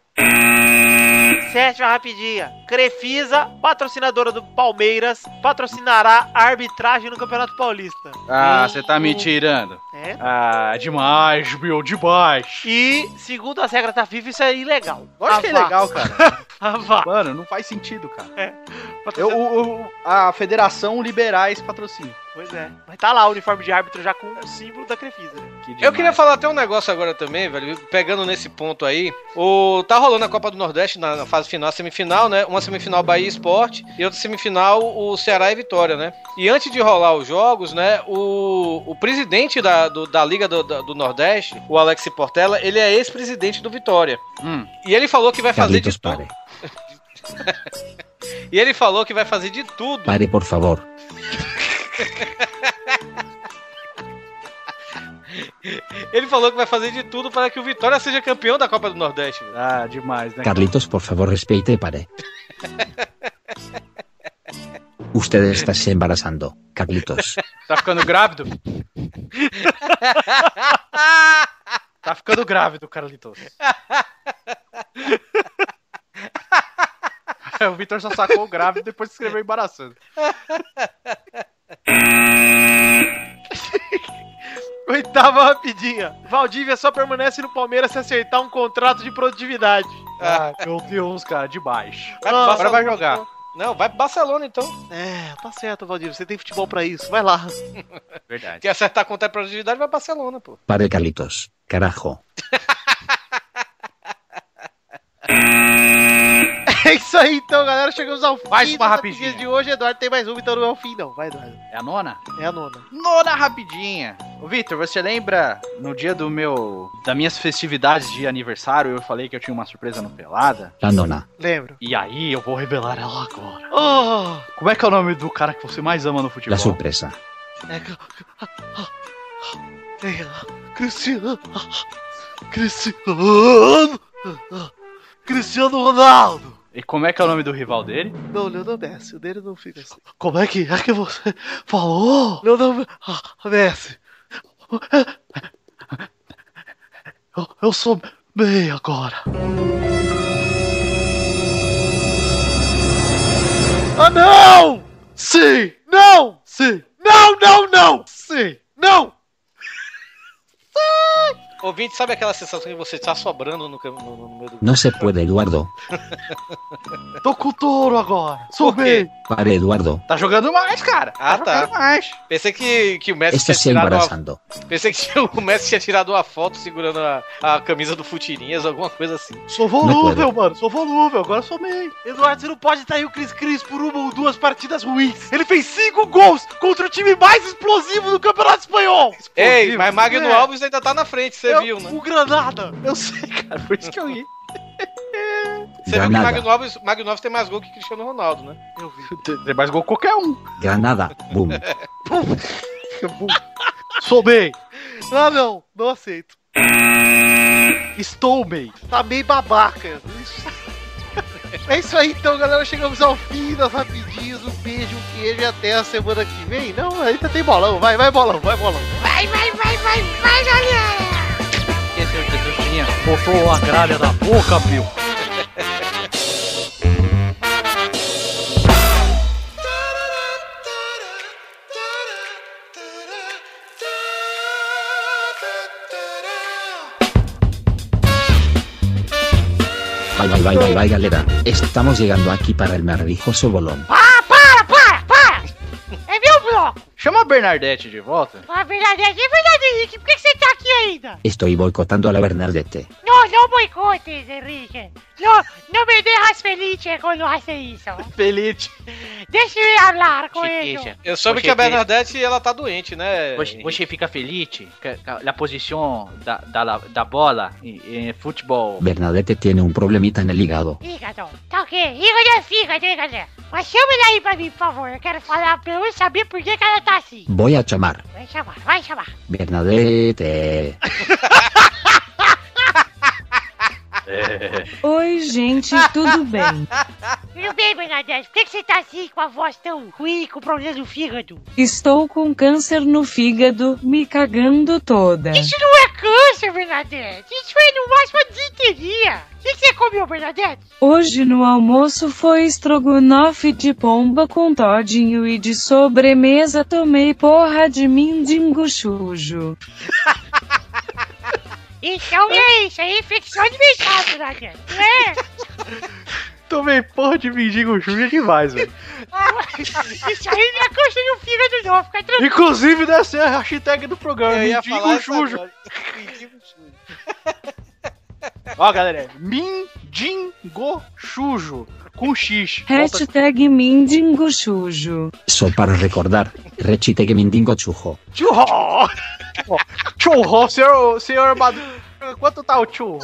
Sétima rapidinha. Crefisa, patrocinadora do Palmeiras, patrocinará a arbitragem no Campeonato Paulista. Ah, você tá me tirando. É. Ah, demais, meu, demais. E, segundo as regras da FIFA, isso é ilegal. Eu acho que é Ah, vá. legal, cara. Ah, vá. Mano, não faz sentido, cara. Eu, Patrocin- o- o- a federação liberar esse patrocínio. Pois é. Mas tá lá o uniforme de árbitro já com o símbolo da Crefisa. Né? Que Eu demais. queria falar até um negócio agora também, velho. Pegando nesse ponto aí. O, tá rolando a Copa do Nordeste na, na fase final, semifinal, né? Uma semifinal Bahia e Esporte e outra semifinal o Ceará e Vitória, né? E antes de rolar os jogos, né? O, o presidente da, do- da Liga do, da- do Nordeste, o Alex Portela, ele é ex-presidente do Vitória. Hum. E ele falou que vai fazer Carlitos, de tudo. pare. E ele falou que vai fazer de tudo. Pare, por favor. Ele falou que vai fazer de tudo para que o Vitória seja campeão da Copa do Nordeste, velho. Ah, demais, né? Carlitos, por favor, respete y pare. Usted está se embarazando, Carlitos. Tá ficando grávido? tá ficando grávido, Carlitos. É, o Vitor só sacou o grávido e depois escreveu embaraçando. Oitava rapidinha. Valdívia só permanece no Palmeiras se acertar um contrato de produtividade. Ah, meu Deus, cara, de baixo. Vai pro Nossa, Agora vai Barcelona. jogar. Não, vai pro Barcelona então. É, tá certo, Valdívia. Você tem futebol pra isso. Vai lá. Verdade. Se acertar contra a produtividade, vai pro Barcelona, pô. Pare, Carlitos. Carajo. É isso aí, então, galera. Chegamos ao fim Mais uma dessa rapidinha. pesquisa de hoje. Eduardo tem mais um, uma, então não é o fim, não. Vai, Eduardo. É a nona? É a nona. Nona rapidinha. Ô, Vitor, você lembra no dia do meu. das minhas festividades de aniversário, eu falei que eu tinha uma surpresa no Pelada? La nona. Lembro. E aí eu vou revelar ela agora. Oh, Como é que é o nome do cara que você mais ama no futebol? La sorpresa. é que... Tem a Cristiano. Cristiano. Cristiano Ronaldo. E como é que é o nome do rival dele? Não, Leonel Messi, o dele não fica assim. Como é que é que você falou? Leonel ah, Messi. Eu, eu sou bem agora. Ah não! Sim! Não! Sim! Não, não, não! Sim! Não! Ouvinte, sabe aquela sensação que você tá sobrando no, cam- no, no meio do. No se puede, Eduardo. Tô com o touro agora! Sou quê? bem! Pare, Eduardo. Tá jogando mais, cara. Ah, tá. jogando mais. Pensei que, que o Messi Está Este se uma... embarazando. Pensei que o Messi tinha tirado uma foto segurando a, a camisa do Futirinhas, alguma coisa assim. Sou volúvel, mano. Sou volúvel. Agora sou meio. Eduardo, você não pode trair o Cris Cris por uma ou duas partidas ruins. Ele fez cinco gols contra o time mais explosivo do Campeonato Espanhol. Ei, mas Magno é. Alves ainda tá na frente, você Eu- viu, né? O Granada. Eu sei, cara. Por isso que eu ri. Você viu que Granada. Magno Alves, Magno Alves tem mais gol que Cristiano Ronaldo, né? Eu vi. Tem- Tem mais gol que qualquer um. Granada. Boom. Sou bem. Ah, não. Não aceito. Estou bem. Tá meio babaca. Isso. É isso aí, então, galera. Chegamos ao fim das rapidinhas. Um beijo, um queijo e até a semana que vem. Não, ainda tem bolão. Vai, vai, bolão. Vai, bolão. Botou a gralha na boca, meu. Bye, bye, bye, bye, bye, galera. Estamos llegando aquí para el maravilloso bolón. Para, para, para! É meu bloco! Chama a Bernadette de volta. Tá Ah, Bernadette, é verdade, Henrique, por que que você tá aqui ainda? Estoy boicotando a la Bernadette. Não, não boicotes, Henrique. Não, não me dejas feliz quando hace isso. Feliz. Deixa eu falar com ele. Eu soube que a Bernadette, ela tá doente, né? Você, você fica feliz que- que a posição da, da, da bola em, em futebol? Bernadette tiene un problemita en el hígado. Hígado. Tá ok, hígado é fígado, hein, galera? Mas chama ele aí pra mim, por favor. Eu quero falar pra eu saber por que que ela tá assim. Voy a llamar. Vai chamar, vai chamar. Bernadette. eh, Oi, gente, tudo bem? Tudo bem, Bernadette? Por que, que você tá assim com a voz tão ruim, com problema no fígado? Estou com câncer no fígado, me cagando toda. Isso não é câncer, Bernadette. Isso é no máximo uma desinteria. O que, que você comeu, Bernadette? Hoje no almoço foi estrogonofe de pomba com todinho e de sobremesa tomei porra de mindingo chujo. Então é isso, é infecção de mental, Bernadette. Não é? Tomei porra de mendigo Júlio demais, velho. Isso aí não é câncer no fígado, não. Fica tranquilo. Inclusive, deve ser a hashtag do programa. Eu ia falar Mendigo isso Júlio. agora. Ó, galera, é Mindingo Chujo. Com X. Volta- Hashtag mindingo chujo. Solo para recordar. Rechite que mindingo chujo. Churro! Churro, senhor, senhor Maduro. Quanto tá o churro?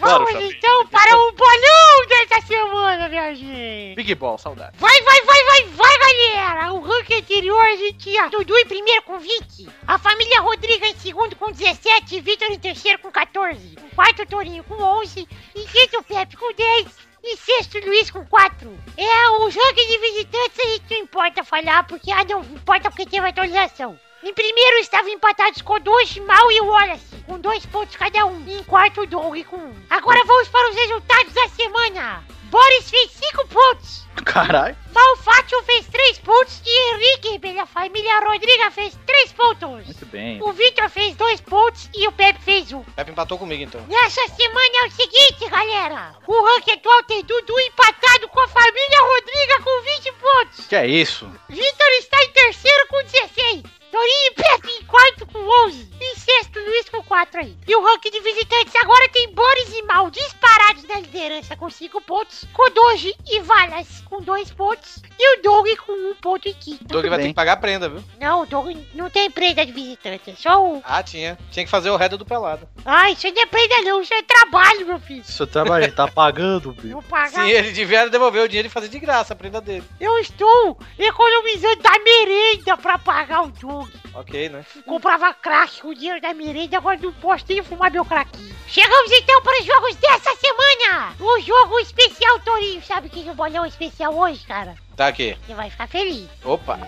Vamos Fabinho. então para o bolão dessa semana, minha gente. Big Ball, saudade. Vai, vai, vai, vai, vai, galera! O ranking anterior a gente tinha Dudu em primeiro com 20, a família Rodrigo em segundo com 17, Vitor em terceiro com 14, em quarto Torinho com 11, em quinto Pepe com 10 e sexto Luiz com 4. É, o ranking de visitantes a gente não importa falhar, porque ah, não importa porque teve atualização. Em primeiro estavam empatados com dois Mal e Wallace, com dois pontos cada um. E em quarto, o Doug com um. Agora vamos para os resultados da semana. Boris fez cinco pontos. Caralho. Malfátio fez 3 pontos e Henrique pela família Rodriga fez 3 pontos. Muito bem. O Victor fez 2 pontos e o Pepe fez 1. Um. Pepe empatou comigo então. Nessa semana é o seguinte, galera. um O ranking atual tem Dudu empatado com a família Rodriga com 20 pontos. Que é isso? Victor está em terceiro com 16. Torinho e Pepe em quarto com 11. Em sexto, Luiz com 4 aí. E o ranking de visitantes agora tem Boris e Mal disparados na liderança com 5 pontos. Kodoji e Valas com 2 pontos. E o Doug com 1 um ponto e quinto. O Doug vai ter que pagar a prenda, viu? Não, o Doug não tem prenda de visitante, é só um. Ah, tinha. Tinha que fazer o redo do pelado. Ah, isso não é prenda não, isso é trabalho, meu filho. Seu trabalho tá pagando, Não bicho. pagar. Sim, ele devia devolver o dinheiro e fazer de graça a prenda dele. Eu estou economizando da merenda pra pagar o Doug. Ok, né? Comprava crack com o dinheiro da merenda, agora não posso nem fumar meu crack. Chegamos então para os jogos dessa semana! O jogo especial, Torinho. Sabe o que que o bolão especial hoje, cara? Tá aqui. Você vai ficar feliz. Opa.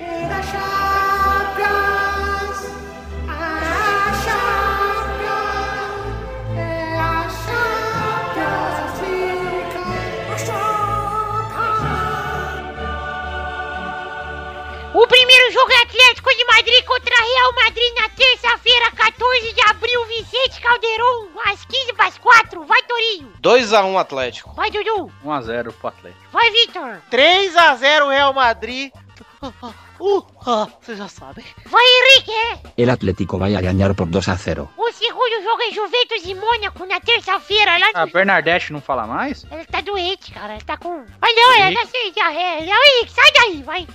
O primeiro jogo é Atlético de Madrid contra Real Madrid na terça-feira, 14 de abril. Vicente Caldeirão, às 15 para as 4. Vai, Torinho. 2x1 Atlético. Vai, Dudu. 1x0 pro Atlético. Vai, Vitor. 3x0 Real Madrid. Uh, ah, vocês já sabem. Vai, Henrique. El Atlético vai a ganhar por 2 a 0. O segundo jogo é Juventus e Mônaco na terça-feira. Lá Ah, Bernadette não fala mais? Ela tá doente, cara. Ela tá com. Olha, olha, Henrique? tá sem diarreia. Não, Henrique, sai daí, vai.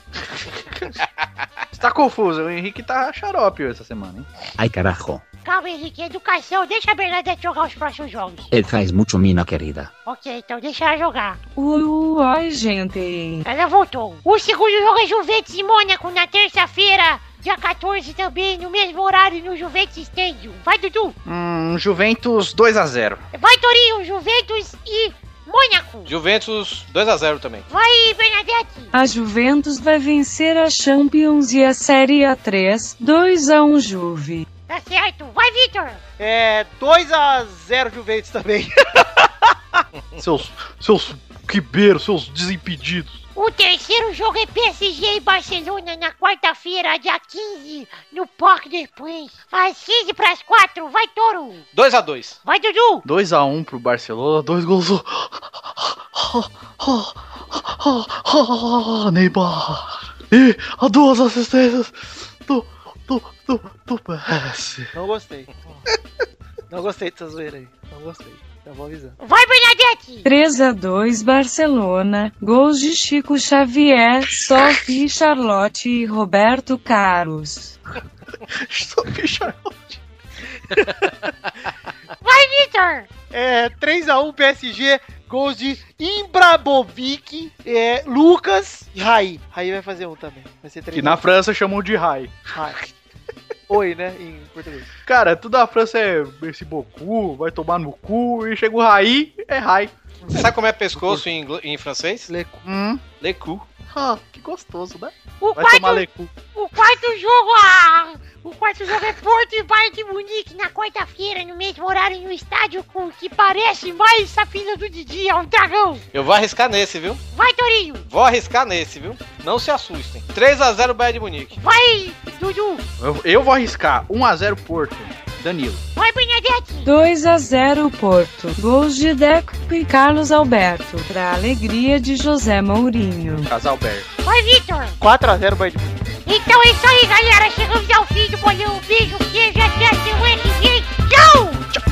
Você tá confuso. O Henrique tá xarope essa semana, hein? Ay carajo, Calma, Henrique, educação. Deixa a Bernadette jogar os próximos jogos. Elza es mucho mina querida. Ok, então deixa ela jogar. Uau, ai, gente. Ela voltou. O segundo jogo é Juventus e Mônaco na terça-feira. Dia 14 também, no mesmo horário, no Juventus Stadium. Vai, Dudu. Hum, Juventus 2x0. Vai, Torinho. Juventus e Mônaco. Juventus 2x0 também. Vai, Bernadette. A Juventus vai vencer a Champions e a Série A3, 2 a 1 Juve. Tá certo. Vai, Vitor. É 2x0 Juventus também. Seus. Seus quibeiros, seus desimpedidos. O terceiro jogo é PSG e Barcelona na quarta-feira, dia 15, no Parque des Princes. Às 15 pras 4. Vai, Toro. 2x2. Vai, Dudu. 2x1 pro Barcelona, dois gols. do- Neymar. E a duas assistências do. do. do. do PS. Não gostei. Não gostei dessa zoeira aí. Não gostei. Já vou avisando. Vai, Bernadette. 3 a 2 Barcelona, gols de Chico Xavier, Sophie Charlotte e Roberto Carlos. Só fechar. Vai, Vitor. É 3x1 PSG. Gols de Imbrabovic, é, Lucas e Raí. Raí vai fazer um também. Vai ser 3 Que na França chamam de Rai. Raí. Oi, né? Em português. Cara, tudo da França é esse bocu, vai tomar no cu, e chega o Rai, é Rai. Sabe como é pescoço em, ingl- em francês? Leco. Hum. Lecu. Ah, que gostoso, né? O Vai tomar quarto lecu. O quarto jogo, ah, o quarto jogo é Porto e Bayern de Munique na quarta-feira, no mesmo horário, no estádio com o que parece mais safina do Didi, é um dragão. Eu vou arriscar nesse, viu? Vai, Torinho. Vou arriscar nesse, viu? Não se assustem. 3x0 Bayern de Munique. Vai, Dudu. Eu, eu vou arriscar. 1x0 Porto. Danilo. Vai, Bernadette. 2 a 0 Porto, gols de Deco e Carlos Alberto, para alegria de José Mourinho. Casalberto. Vai, Vitor. 4x0 Bayern de Munique. Então é isso aí, galera. Chegamos ao fim do bolão. Beijo, queijo, até a semana que vem. Tchau.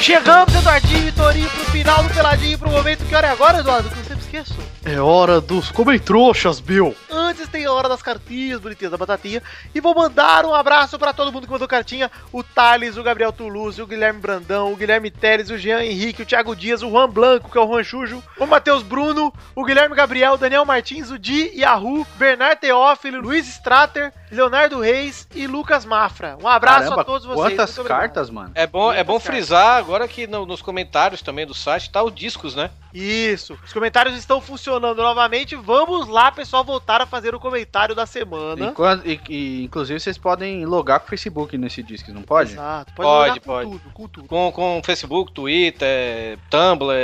Chegamos, Eduardinho e Torinho, pro final do Peladinho, pro momento que hora é agora, Eduardo, que eu sempre esqueço. É hora dos trouxas, Bill. Antes tem a hora das cartinhas bonitinhas da batatinha. E vou mandar um abraço pra todo mundo que mandou cartinha: o Thales, o Gabriel Toulouse, o Guilherme Brandão, o Guilherme Teles, o Jean Henrique, o Thiago Dias, o Juan Blanco, que é o Juan Chujo, o Matheus Bruno, o Guilherme Gabriel, o Daniel Martins, o Di Yahu, Bernardo Teófilo, Luiz Strater, Leonardo Reis e Lucas Mafra. Um abraço Caramba, a todos vocês. quantas Muito obrigado. cartas, mano? É bom, é bom frisar agora que no- nos comentários também do site tá o discos, né? Isso. Os comentários estão funcionando novamente. Vamos lá, pessoal, voltar a fazer o comentário da semana. Enquanto- e- e, inclusive, vocês podem logar com o Facebook nesse disco, não pode? Exato. Tá, Pode, Pode, pode. Com tudo, com tudo. Com, com Facebook, Twitter, Tumblr,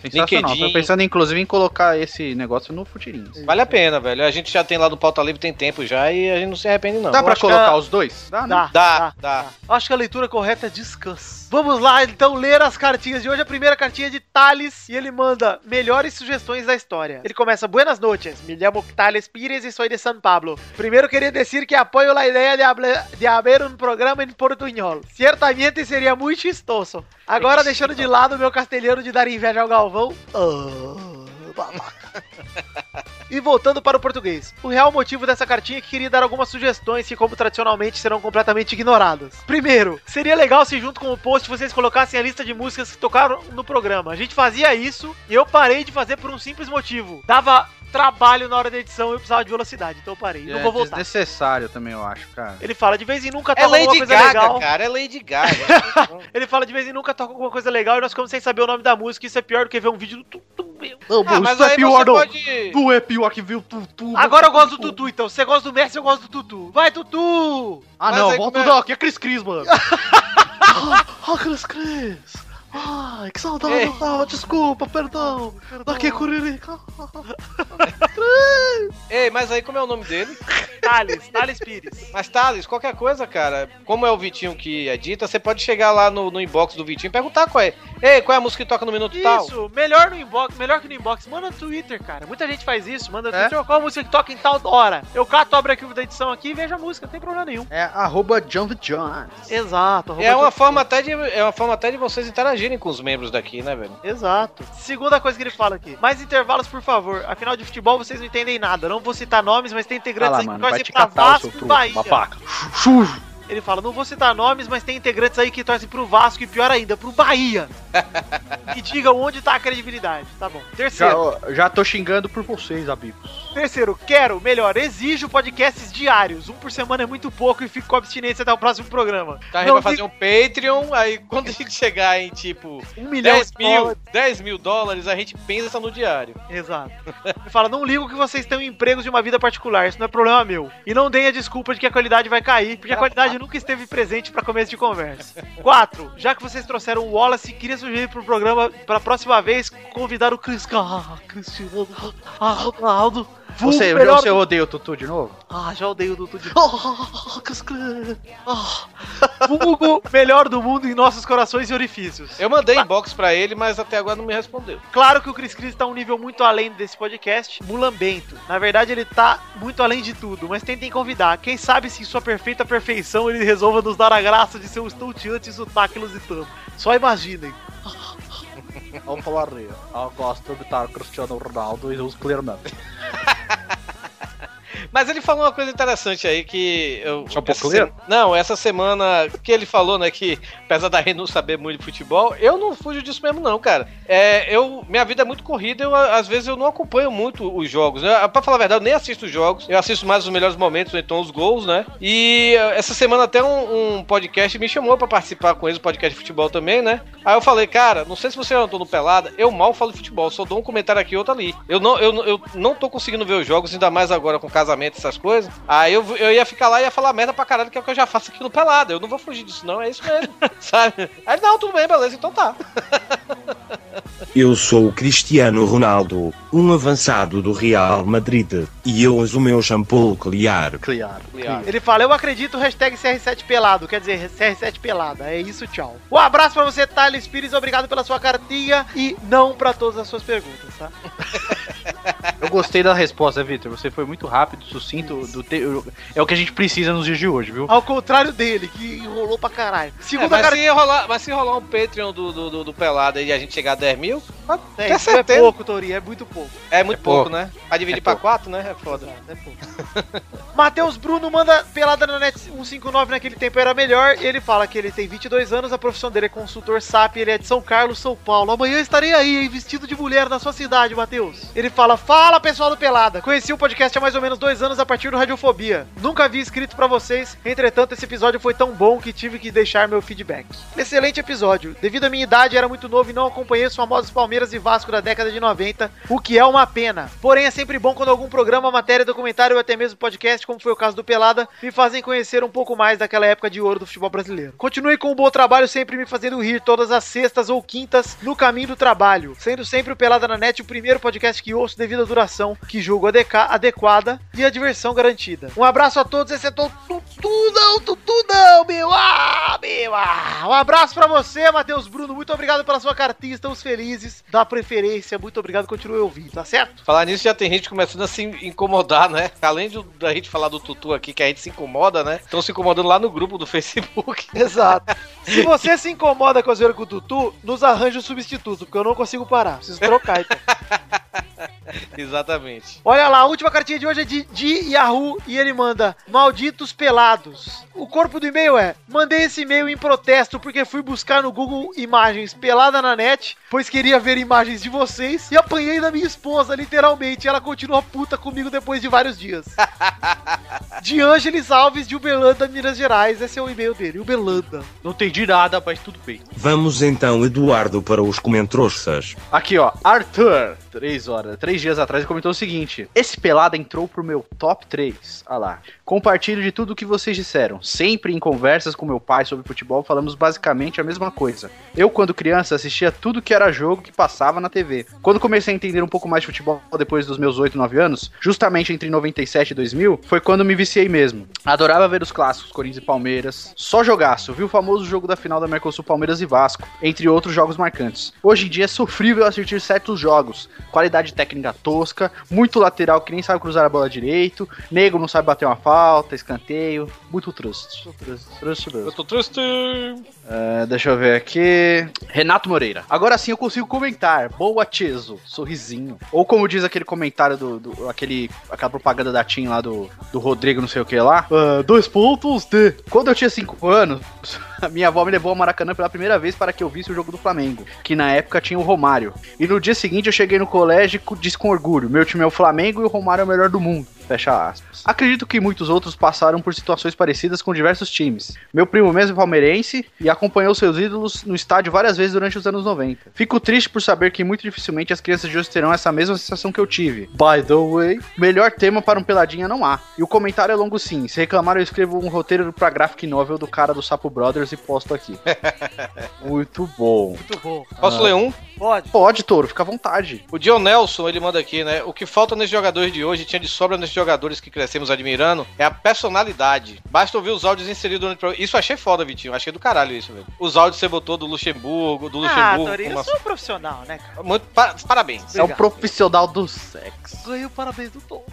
Sensacional. LinkedIn. Tô pensando, inclusive, em colocar esse negócio no Futirinhos. Vale a pena, velho. A gente já tem lá do Pauta Livre tem tempo já e a gente não se arrepende, não. Dá pra Acho que colocar a- os dois? Dá, Dá, né? dá. Acho que a leitura correta é descanso. Vamos lá, então, ler as cartinhas de hoje. A primeira cartinha é de Thales e ele manda melhores sugestões da história. Ele começa: Buenas noches, me chamo Thales Pires e sou de São Pablo. Primeiro, queria dizer que apoio a ideia de, hable- de haver um programa em portunhol. Certamente seria muito chistoso. Agora, deixando de lado meu castelhano de dar inveja ao Galvão, E voltando para o português. O real motivo dessa cartinha é que queria dar algumas sugestões que, como tradicionalmente, serão completamente ignoradas. Primeiro, seria legal se junto com o post vocês colocassem a lista de músicas que tocaram no programa. A gente fazia isso e eu parei de fazer por um simples motivo. Dava trabalho na hora da edição e eu precisava de velocidade, então eu parei. Não É vou voltar. desnecessário também, eu acho, cara. Ele fala, de vez em nunca É toca alguma Lady coisa Gaga, legal. cara. É Lady Gaga. Ele fala, de vez em nunca toca alguma coisa legal e nós ficamos sem saber o nome da música. Isso é pior do que ver um vídeo do Tutu. Não, Ah, mas isso é aí pior, você não. pode... Tu é pior que viu Tutu. Agora eu gosto do Tutu, então. Se você gosta do Messi, eu gosto do Tutu. Vai, Tutu! Ah, Mas não, aí volta como é- do aqui é Cris Cris, mano. Ah, Cris Cris! Ai, que saudade! Ei. Ah, desculpa, perdão! Daqui Curirica! Ei, mas aí como é o nome dele? Thales, Thales Pires. Mas Thales, qualquer coisa, cara, como é o Vitinho que edita, você pode chegar lá no, no inbox do Vitinho e perguntar qual é. Ei, qual é a música que toca no minuto tal? Isso, melhor no inbox, melhor que no inbox. Manda no Twitter, cara. Muita gente faz isso, manda no É? Twitter. Qual a música que toca em tal hora? Eu cato, abro o arquivo da edição aqui e vejo a música, não tem problema nenhum. É arroba Jump Jones. Exato. É uma arroba- forma até de é uma forma até de vocês interagirem com os membros daqui, né, velho? Exato. Segunda coisa que ele fala aqui. Mais intervalos, por favor. Afinal, de futebol vocês não entendem nada. Não vou citar nomes, mas tem Olha integrantes lá, aí que mano, vai torcem te pra catar o seu Vasco e truco, Bahia. babaca. Chujo. Ele fala, não vou citar nomes, mas tem integrantes aí que torcem pro Vasco e pior ainda, pro Bahia. e digam onde tá a credibilidade. Tá bom. Já, Terceiro. ó, já tô xingando por vocês, amigos. Terceiro, quero, melhor, exijo podcasts diários. Um por semana é muito pouco e fico com abstinência até o próximo programa. Tá, a gente Não vai fazer um Patreon, aí quando a gente chegar em tipo um milhão 10 de mil, dólares. 10 mil dólares, a gente pensa no diário. Exato. Ele fala, não ligo que vocês tenham empregos de uma vida particular, isso não é problema meu. E não deem a desculpa de que a qualidade vai cair, porque a qualidade nunca esteve presente para começo de conversa. Quatro, já que vocês trouxeram o Wallace, queria sugerir pro programa, pra próxima vez, convidar o Cris... Ah, Cristiano Ah, Ronaldo. vulgo Você, melhor- você odeia o Tutu de novo? Ah, já odeio o Dudu de Ah. Ah, Cris Cris! Vulgo melhor do mundo em nossos corações e orifícios. Eu mandei inbox pra ele, mas até agora não me respondeu. Claro que o Chris Cris tá um nível muito além desse podcast, mulambento. Na verdade, ele tá muito além de tudo, mas tentem convidar. Quem sabe se em sua perfeita perfeição ele resolva nos dar a graça de um seu estonteante sotaque lusitano. Só imaginem. Vamos falar aí. Eu gosto de estar Cristiano Ronaldo e os Clermano. Mas ele falou uma coisa interessante aí que eu. Só um essa pouco ler? sema- Não, essa semana que ele falou, né, que apesar da gente não saber muito de futebol, eu não fujo disso mesmo, não, cara. É, eu, minha vida é muito corrida, eu, às vezes eu não acompanho muito os jogos. Né? Pra falar a verdade, eu nem assisto os jogos. Eu assisto mais os melhores momentos, ou então os gols, né? E eh, essa semana até um, um podcast me chamou pra participar com eles, um podcast de futebol também, né? Aí eu falei, cara, não sei se você andou no Pelada, eu mal falo de futebol, só dou um comentário aqui e outro ali. Eu não, eu, não- eu não tô conseguindo ver os jogos, ainda mais agora com casamento e essas coisas. Aí eu, eu ia ficar lá e ia falar merda pra caralho, que é o que eu já faço aqui no Pelada. Eu não vou fugir disso, não, é isso mesmo, sabe? Aí, não, tudo bem, beleza, então tá. Eu sou o Cristiano Ronaldo, um avançado do Real Madrid, e eu uso o meu shampoo Clear. Clear. Ah. Ele fala, eu acredito, hashtag CR7 pelado, quer dizer, CR7 pelada, é isso, tchau. Um abraço pra você, Thales Pires, obrigado pela sua cartinha e não pra todas as suas perguntas, tá? Eu gostei da né, resposta, Vitor. Você foi muito rápido, sucinto. Do te- É o que a gente precisa nos dias de hoje, viu? Ao contrário dele, que enrolou pra caralho. É, Segunda mas, cara. se rolar, mas se rolar um Patreon do, do, do, do Pelada e a gente chegar a 10 mil, É, tem isso é certeza. pouco, Tori, é muito pouco. é muito É pouco, pouco. né? Pra dividir É pra pouco. 4, né? É foda. É pouco. Matheus Bruno manda pelada na net 159 naquele tempo era melhor. Ele fala que ele tem 22 anos, a profissão dele é consultor SAP, ele é de São Carlos, São Paulo. Amanhã eu estarei aí, hein, vestido de mulher na sua cidade, Matheus. Ele fala: Fala pessoal do Pelada. Conheci o podcast há mais ou menos dois anos a partir do Radiofobia. Nunca havia escrito pra vocês, entretanto, esse episódio foi tão bom que tive que deixar meu feedback. Excelente episódio. Devido à minha idade, era muito novo e não acompanhei os famosos Palmeiras e Vasco da década de 90, o que é uma pena. Porém, é sempre bom quando algum programa, matéria, documentário ou até mesmo podcast, como foi o caso do Pelada, me fazem conhecer um pouco mais daquela época de ouro do futebol brasileiro. Continue com o bom trabalho, sempre me fazendo rir todas as sextas ou quintas no caminho do trabalho, sendo sempre o Pelada na Net o primeiro podcast que ouço devido à duração, que julgo adeca- adequada e a diversão garantida. Um abraço a todos, exceto ao Tutu, não, Tutu, não, meu, ah, meu, ah. Um abraço pra você, Matheus Bruno, muito obrigado pela sua cartinha, estamos felizes da preferência, muito obrigado, continue ouvindo, tá certo? Falar nisso, já tem gente começando a se incomodar, né? Além do- da gente falar do Tutu aqui, que a gente se incomoda, né? Estão se incomodando lá no grupo do Facebook. Exato. Se você se incomoda com a zoeira com o Tutu, nos arranja um substituto, porque eu não consigo parar. Preciso trocar, então. Exatamente. Olha lá, a última cartinha de hoje é de, de Yahoo e ele manda Malditos Pelados. O corpo do e-mail é Mandei esse e-mail em protesto porque fui buscar no Google imagens pelada na net, pois queria ver imagens de vocês e apanhei da minha esposa, literalmente. Ela continua puta comigo depois de vários dias. de Ângeles Alves de Uberlândia, Minas Gerais. Esse é o e-mail dele, Uberlândia. Não entendi nada, mas tudo bem. Vamos então, Eduardo, para os comentroças. Aqui, ó, Arthur, três horas, três dias atrás, comentou o seguinte: Esse pelada entrou pro meu top 3. Ah lá. Compartilho de tudo o que vocês disseram. Sempre em conversas com meu pai sobre futebol, falamos basicamente a mesma coisa. Eu, quando criança, assistia tudo que era jogo que passava na TV. Quando comecei a entender um pouco mais de futebol depois dos meus 8, 9 anos, justamente entre 97 e 2000, foi quando me viciei mesmo. Adorava ver os clássicos, Corinthians e Palmeiras. Só jogaço, viu o famoso jogo da final da Mercosul Palmeiras e Vasco, entre outros jogos marcantes. Hoje em dia é sofrível assistir certos jogos. Qualidade técnica tosca, muito lateral que nem sabe cruzar a bola direito, nego não sabe bater uma falta, escanteio, muito trust. Trust, trust. Eu tô triste. Ah, deixa eu ver aqui. Renato Moreira. Agora sim eu consigo comentar. Boa, Teso. Sorrisinho. Ou como diz aquele comentário do. do- aquele, aquela propaganda da Tim lá do, do Rodrigo, não sei o que lá. Ah, dois pontos de. Quando eu tinha 5 anos, a minha avó me levou ao Maracanã pela primeira vez para que eu visse o jogo do Flamengo, que na época tinha o Romário. E no dia seguinte eu cheguei no colégio e disse com orgulho: meu time é o Flamengo e o Romário é o melhor do mundo. Fecha aspas. Acredito que muitos outros passaram por situações parecidas com diversos times. Meu primo mesmo é palmeirense e acompanhou seus ídolos no estádio várias vezes durante os anos 90. Fico triste por saber que muito dificilmente as crianças de hoje terão essa mesma sensação que eu tive. By the way, melhor tema para um peladinha não há. E o comentário é longo sim. Se reclamar, eu escrevo um roteiro pra graphic novel do cara do Sapo Brothers e posto aqui. Muito bom. Muito bom. Posso Ah. ler um? Pode. Pode, Toro, fica à vontade. O Dion Nelson, ele manda aqui, né? O que falta nesses jogadores de hoje, tinha de sobra nesses jogadores que crescemos admirando, é a personalidade. Basta ouvir os áudios inseridos durante o programa. Isso eu achei foda, Vitinho. Achei do caralho isso, velho. Os áudios que você botou do Luxemburgo, do Ah, Luxemburgo. Tori, com eu uma- sou um profissional, né, cara? Muito pa- Parabéns. É um profissional do sexo. Ganhei o parabéns do Tom.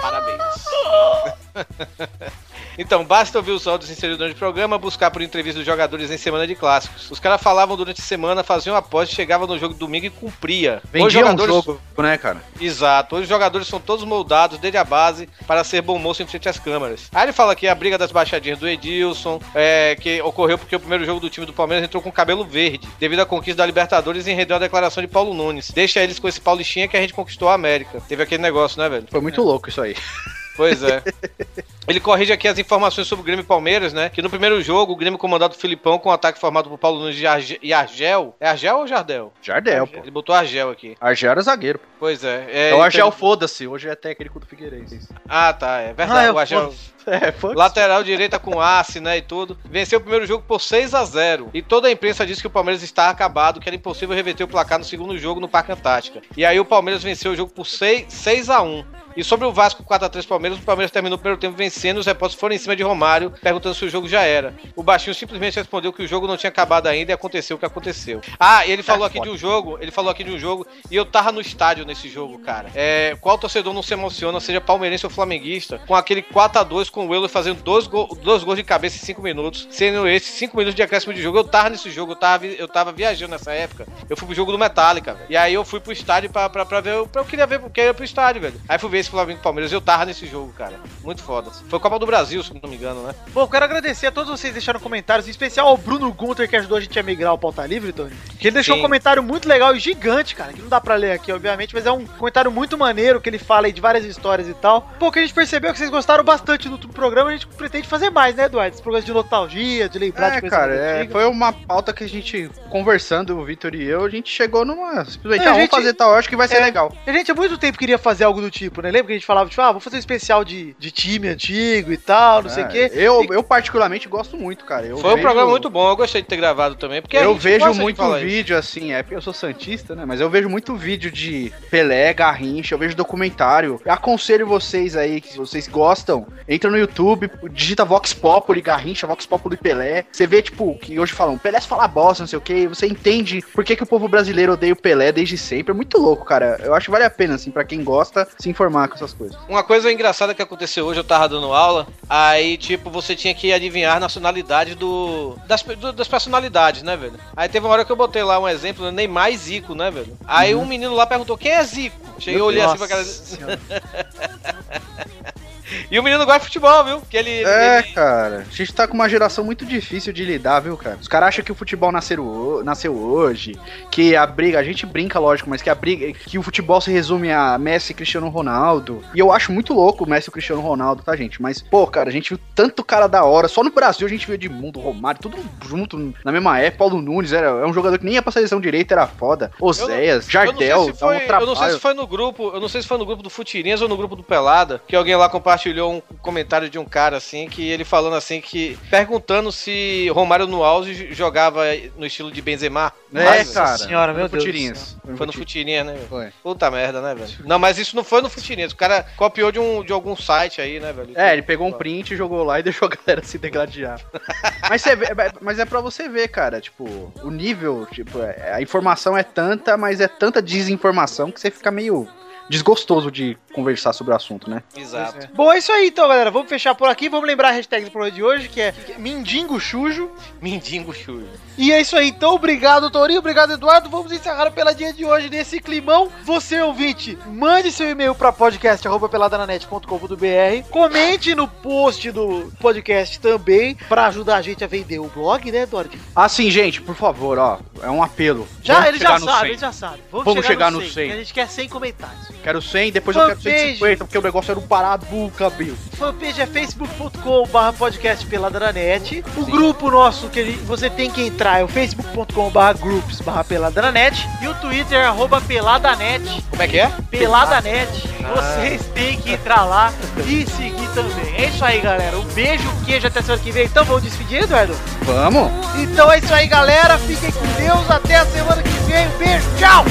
Parabéns. Então, basta ouvir os áudios inseridos durante o programa, buscar por entrevista dos jogadores em semana de clássicos. Os caras falavam durante a semana, faziam após, chegava no jogo domingo e cumpria. Hoje os Vendia um jogo, né, cara? Exato. Hoje os jogadores são todos moldados desde a base para ser bom moço em frente às câmeras. Aí ele fala aqui a briga das baixadinhas do Edilson, é, que ocorreu porque o primeiro jogo do time do Palmeiras entrou com cabelo verde, devido à conquista da Libertadores e enredou a declaração de Paulo Nunes. Deixa eles com esse Paulistinha que a gente conquistou a América. Teve aquele negócio, né, velho? Foi muito louco isso aí. Pois é. Ele corrige aqui as informações sobre o Grêmio e Palmeiras, né? Que no primeiro jogo, o Grêmio comandado do Filipão com um ataque formado por Paulo Nunes e Arge- e Argel. É Argel ou Jardel? Jardel, pô. Ele botou Argel aqui. Argel era zagueiro. pô. Pois é. É, é o então- Argel, foda-se, hoje é técnico do Figueirense. Ah, tá, é verdade. Ah, é, o Argel... É, foda Lateral direita com asse, né, e tudo. Venceu o primeiro jogo por 6 a 0 E toda a imprensa disse que o Palmeiras estava acabado, que era impossível reverter o placar no segundo jogo no Parque Antártica. E aí o Palmeiras venceu o jogo por 6, 6 a 1 E sobre o Vasco 4x3 Palmeiras, o Palmeiras terminou o primeiro tempo vencendo, os repórteres foram em cima de Romário, perguntando se o jogo já era. O Baixinho simplesmente respondeu que o jogo não tinha acabado ainda e aconteceu o que aconteceu. Ah, e ele falou aqui de um jogo, ele falou aqui de um jogo, e eu tava no estádio nesse jogo, cara. É, qual torcedor não se emociona, seja palmeirense ou flamenguista, com aquele 4x2 com o Euler fazendo dois, gol, dois gols de cabeça em 5 minutos, sendo esses 5 minutos de acréscimo de jogo. Eu tava nesse jogo, eu tava, vi- eu tava viajando nessa época. Eu fui pro jogo do Metallica, velho. E aí eu fui pro estádio pra, pra, pra ver. Eu, eu queria ver porque eu ia pro estádio, velho. Aí fui ver esse Flamengo e Palmeiras. Eu tava nesse jogo, cara. Muito foda. Foi Copa do Brasil, se não me engano, né? Bom, quero agradecer a todos vocês que deixaram comentários, em especial ao Bruno Gunter, que ajudou a gente a migrar ao Pauta Livre, Tony. Que ele deixou Sim. um comentário muito legal e gigante, cara, que não dá pra ler aqui, obviamente, mas é um comentário muito maneiro, que ele fala aí de várias histórias e tal. Pô, que a gente percebeu é que vocês gostaram bastante do programa, a gente pretende fazer mais, né, Eduardo? Esse programa de nostalgia, de lembrar de É, coisa cara, é, antiga. foi uma pauta que a gente, conversando, o Vitor e eu, a gente chegou numa. Simplesmente, É, ah, a vamos gente- fazer tal, eu acho que vai ser É, legal. A gente há muito tempo queria fazer algo do tipo, né? Lembra que a gente falava, tipo, ah, vou fazer um especial de, de time antigo e tal, não sei o É, quê. Eu, eu particularmente gosto muito, cara. Eu Foi um vejo- programa muito bom. Eu gostei de ter gravado também. Porque a eu gente vejo gosta de muito falar isso. vídeo, assim, é porque eu sou santista, né? Mas eu vejo muito vídeo de Pelé, Garrincha, eu vejo documentário. Eu aconselho vocês aí, que vocês gostam, entra no YouTube, digita Vox Populi, Garrincha, Vox Populi Pelé. Você vê, tipo, que hoje falam, Pelé só fala bosta, não sei o quê. Você entende por que, que o povo brasileiro odeia o Pelé desde sempre. É muito louco, cara. Eu acho que vale a pena, assim, pra quem gosta, se informar com essas coisas. Uma coisa engraçada que aconteceu hoje, eu tava dando aula, aí, tipo, você tinha que adivinhar a nacionalidade do das, pe- do- das personalidades, né, velho? Aí teve uma hora que eu botei lá um exemplo, né, Neymar e Zico, né, velho? Aí Uhum. um menino lá perguntou, quem é Zico? Cheguei, Meu olhei assim pra Deus. cara... e o menino gosta de futebol, viu? Que ele... É, ele- cara. A gente tá com uma geração muito difícil de lidar, viu, cara? Os caras acham que o futebol nasceram ho- nasceu hoje, que a briga, a gente brinca, lógico, mas que a briga, que o futebol se resume a Messi e Cristiano Ronaldo. E eu acho muito louco o Messi e o Cristiano Ronaldo, tá, gente? Mas, pô, cara, a gente viu tanto cara da hora. Só no Brasil a gente viu Edmundo, Romário, tudo junto na mesma época. Paulo Nunes era, é um jogador que nem ia pra seleção direita, era foda. Oséias, Eu não sei Jardel, se dá foi- um trabalho. Eu não sei se foi no grupo, eu não sei se foi no grupo do Futirinhas ou no grupo do Pelada, que alguém lá compartilhou um comentário de um cara assim, que ele falando assim que perguntando se Romário no auge j- jogava no estilo de Benzema. É, Mas- cara. Senhora, Foi meu no Deus do Futirinhas. céu. Foi no Foi no Futirinha, né? velho? Foi. Puta merda, né, velho? Não, mas isso não foi no Futirinhas. O cara copiou de, um, de algum site aí, né, velho? É, ele pegou um print, jogou lá e deixou a galera se degladiar. mas, você vê- mas é pra você ver, cara, tipo, o nível, tipo, é- a informação é tanta, mas é tanta desinformação que você fica meio desgostoso de conversar sobre o assunto, né? Exato. Bom, é isso aí então, galera. Vamos fechar por aqui. Vamos lembrar a hashtag do programa de hoje, que é Mindingo Chujo. Mindingo chulo. E é isso aí, então. Obrigado, Torinho. Obrigado, Eduardo. Vamos encerrar a peladinha de hoje nesse climão. Você, ouvinte, mande seu e-mail para podcast.peladananet.com.br. Comente no post do podcast também, para ajudar a gente a vender o blog, né, Eduardo? Assim, gente, por favor, ó, é um apelo. Já, Vamos ele já chegar no sabe, 100. ele já sabe. Vamos chegar no 100. que A gente quer 100 comentários. Quero 100, depois eu quero Fanpage. 150, porque o negócio era um parabuca, Bill. fanpage é facebook.com barra podcast pelada na net. O grupo nosso que ele- você tem que entrar é o facebook.com barra groups barra pelada na net. E o twitter é arroba peladanet. Como é que é? Peladanet. Ah. Vocês têm que entrar lá e seguir também. É isso aí, galera. Um beijo, queijo, até semana que vem. Então vamos despedir, Eduardo? Vamos! Um Então é isso aí, galera. Fiquem com Deus. Até a semana que vem. Beijo, tchau!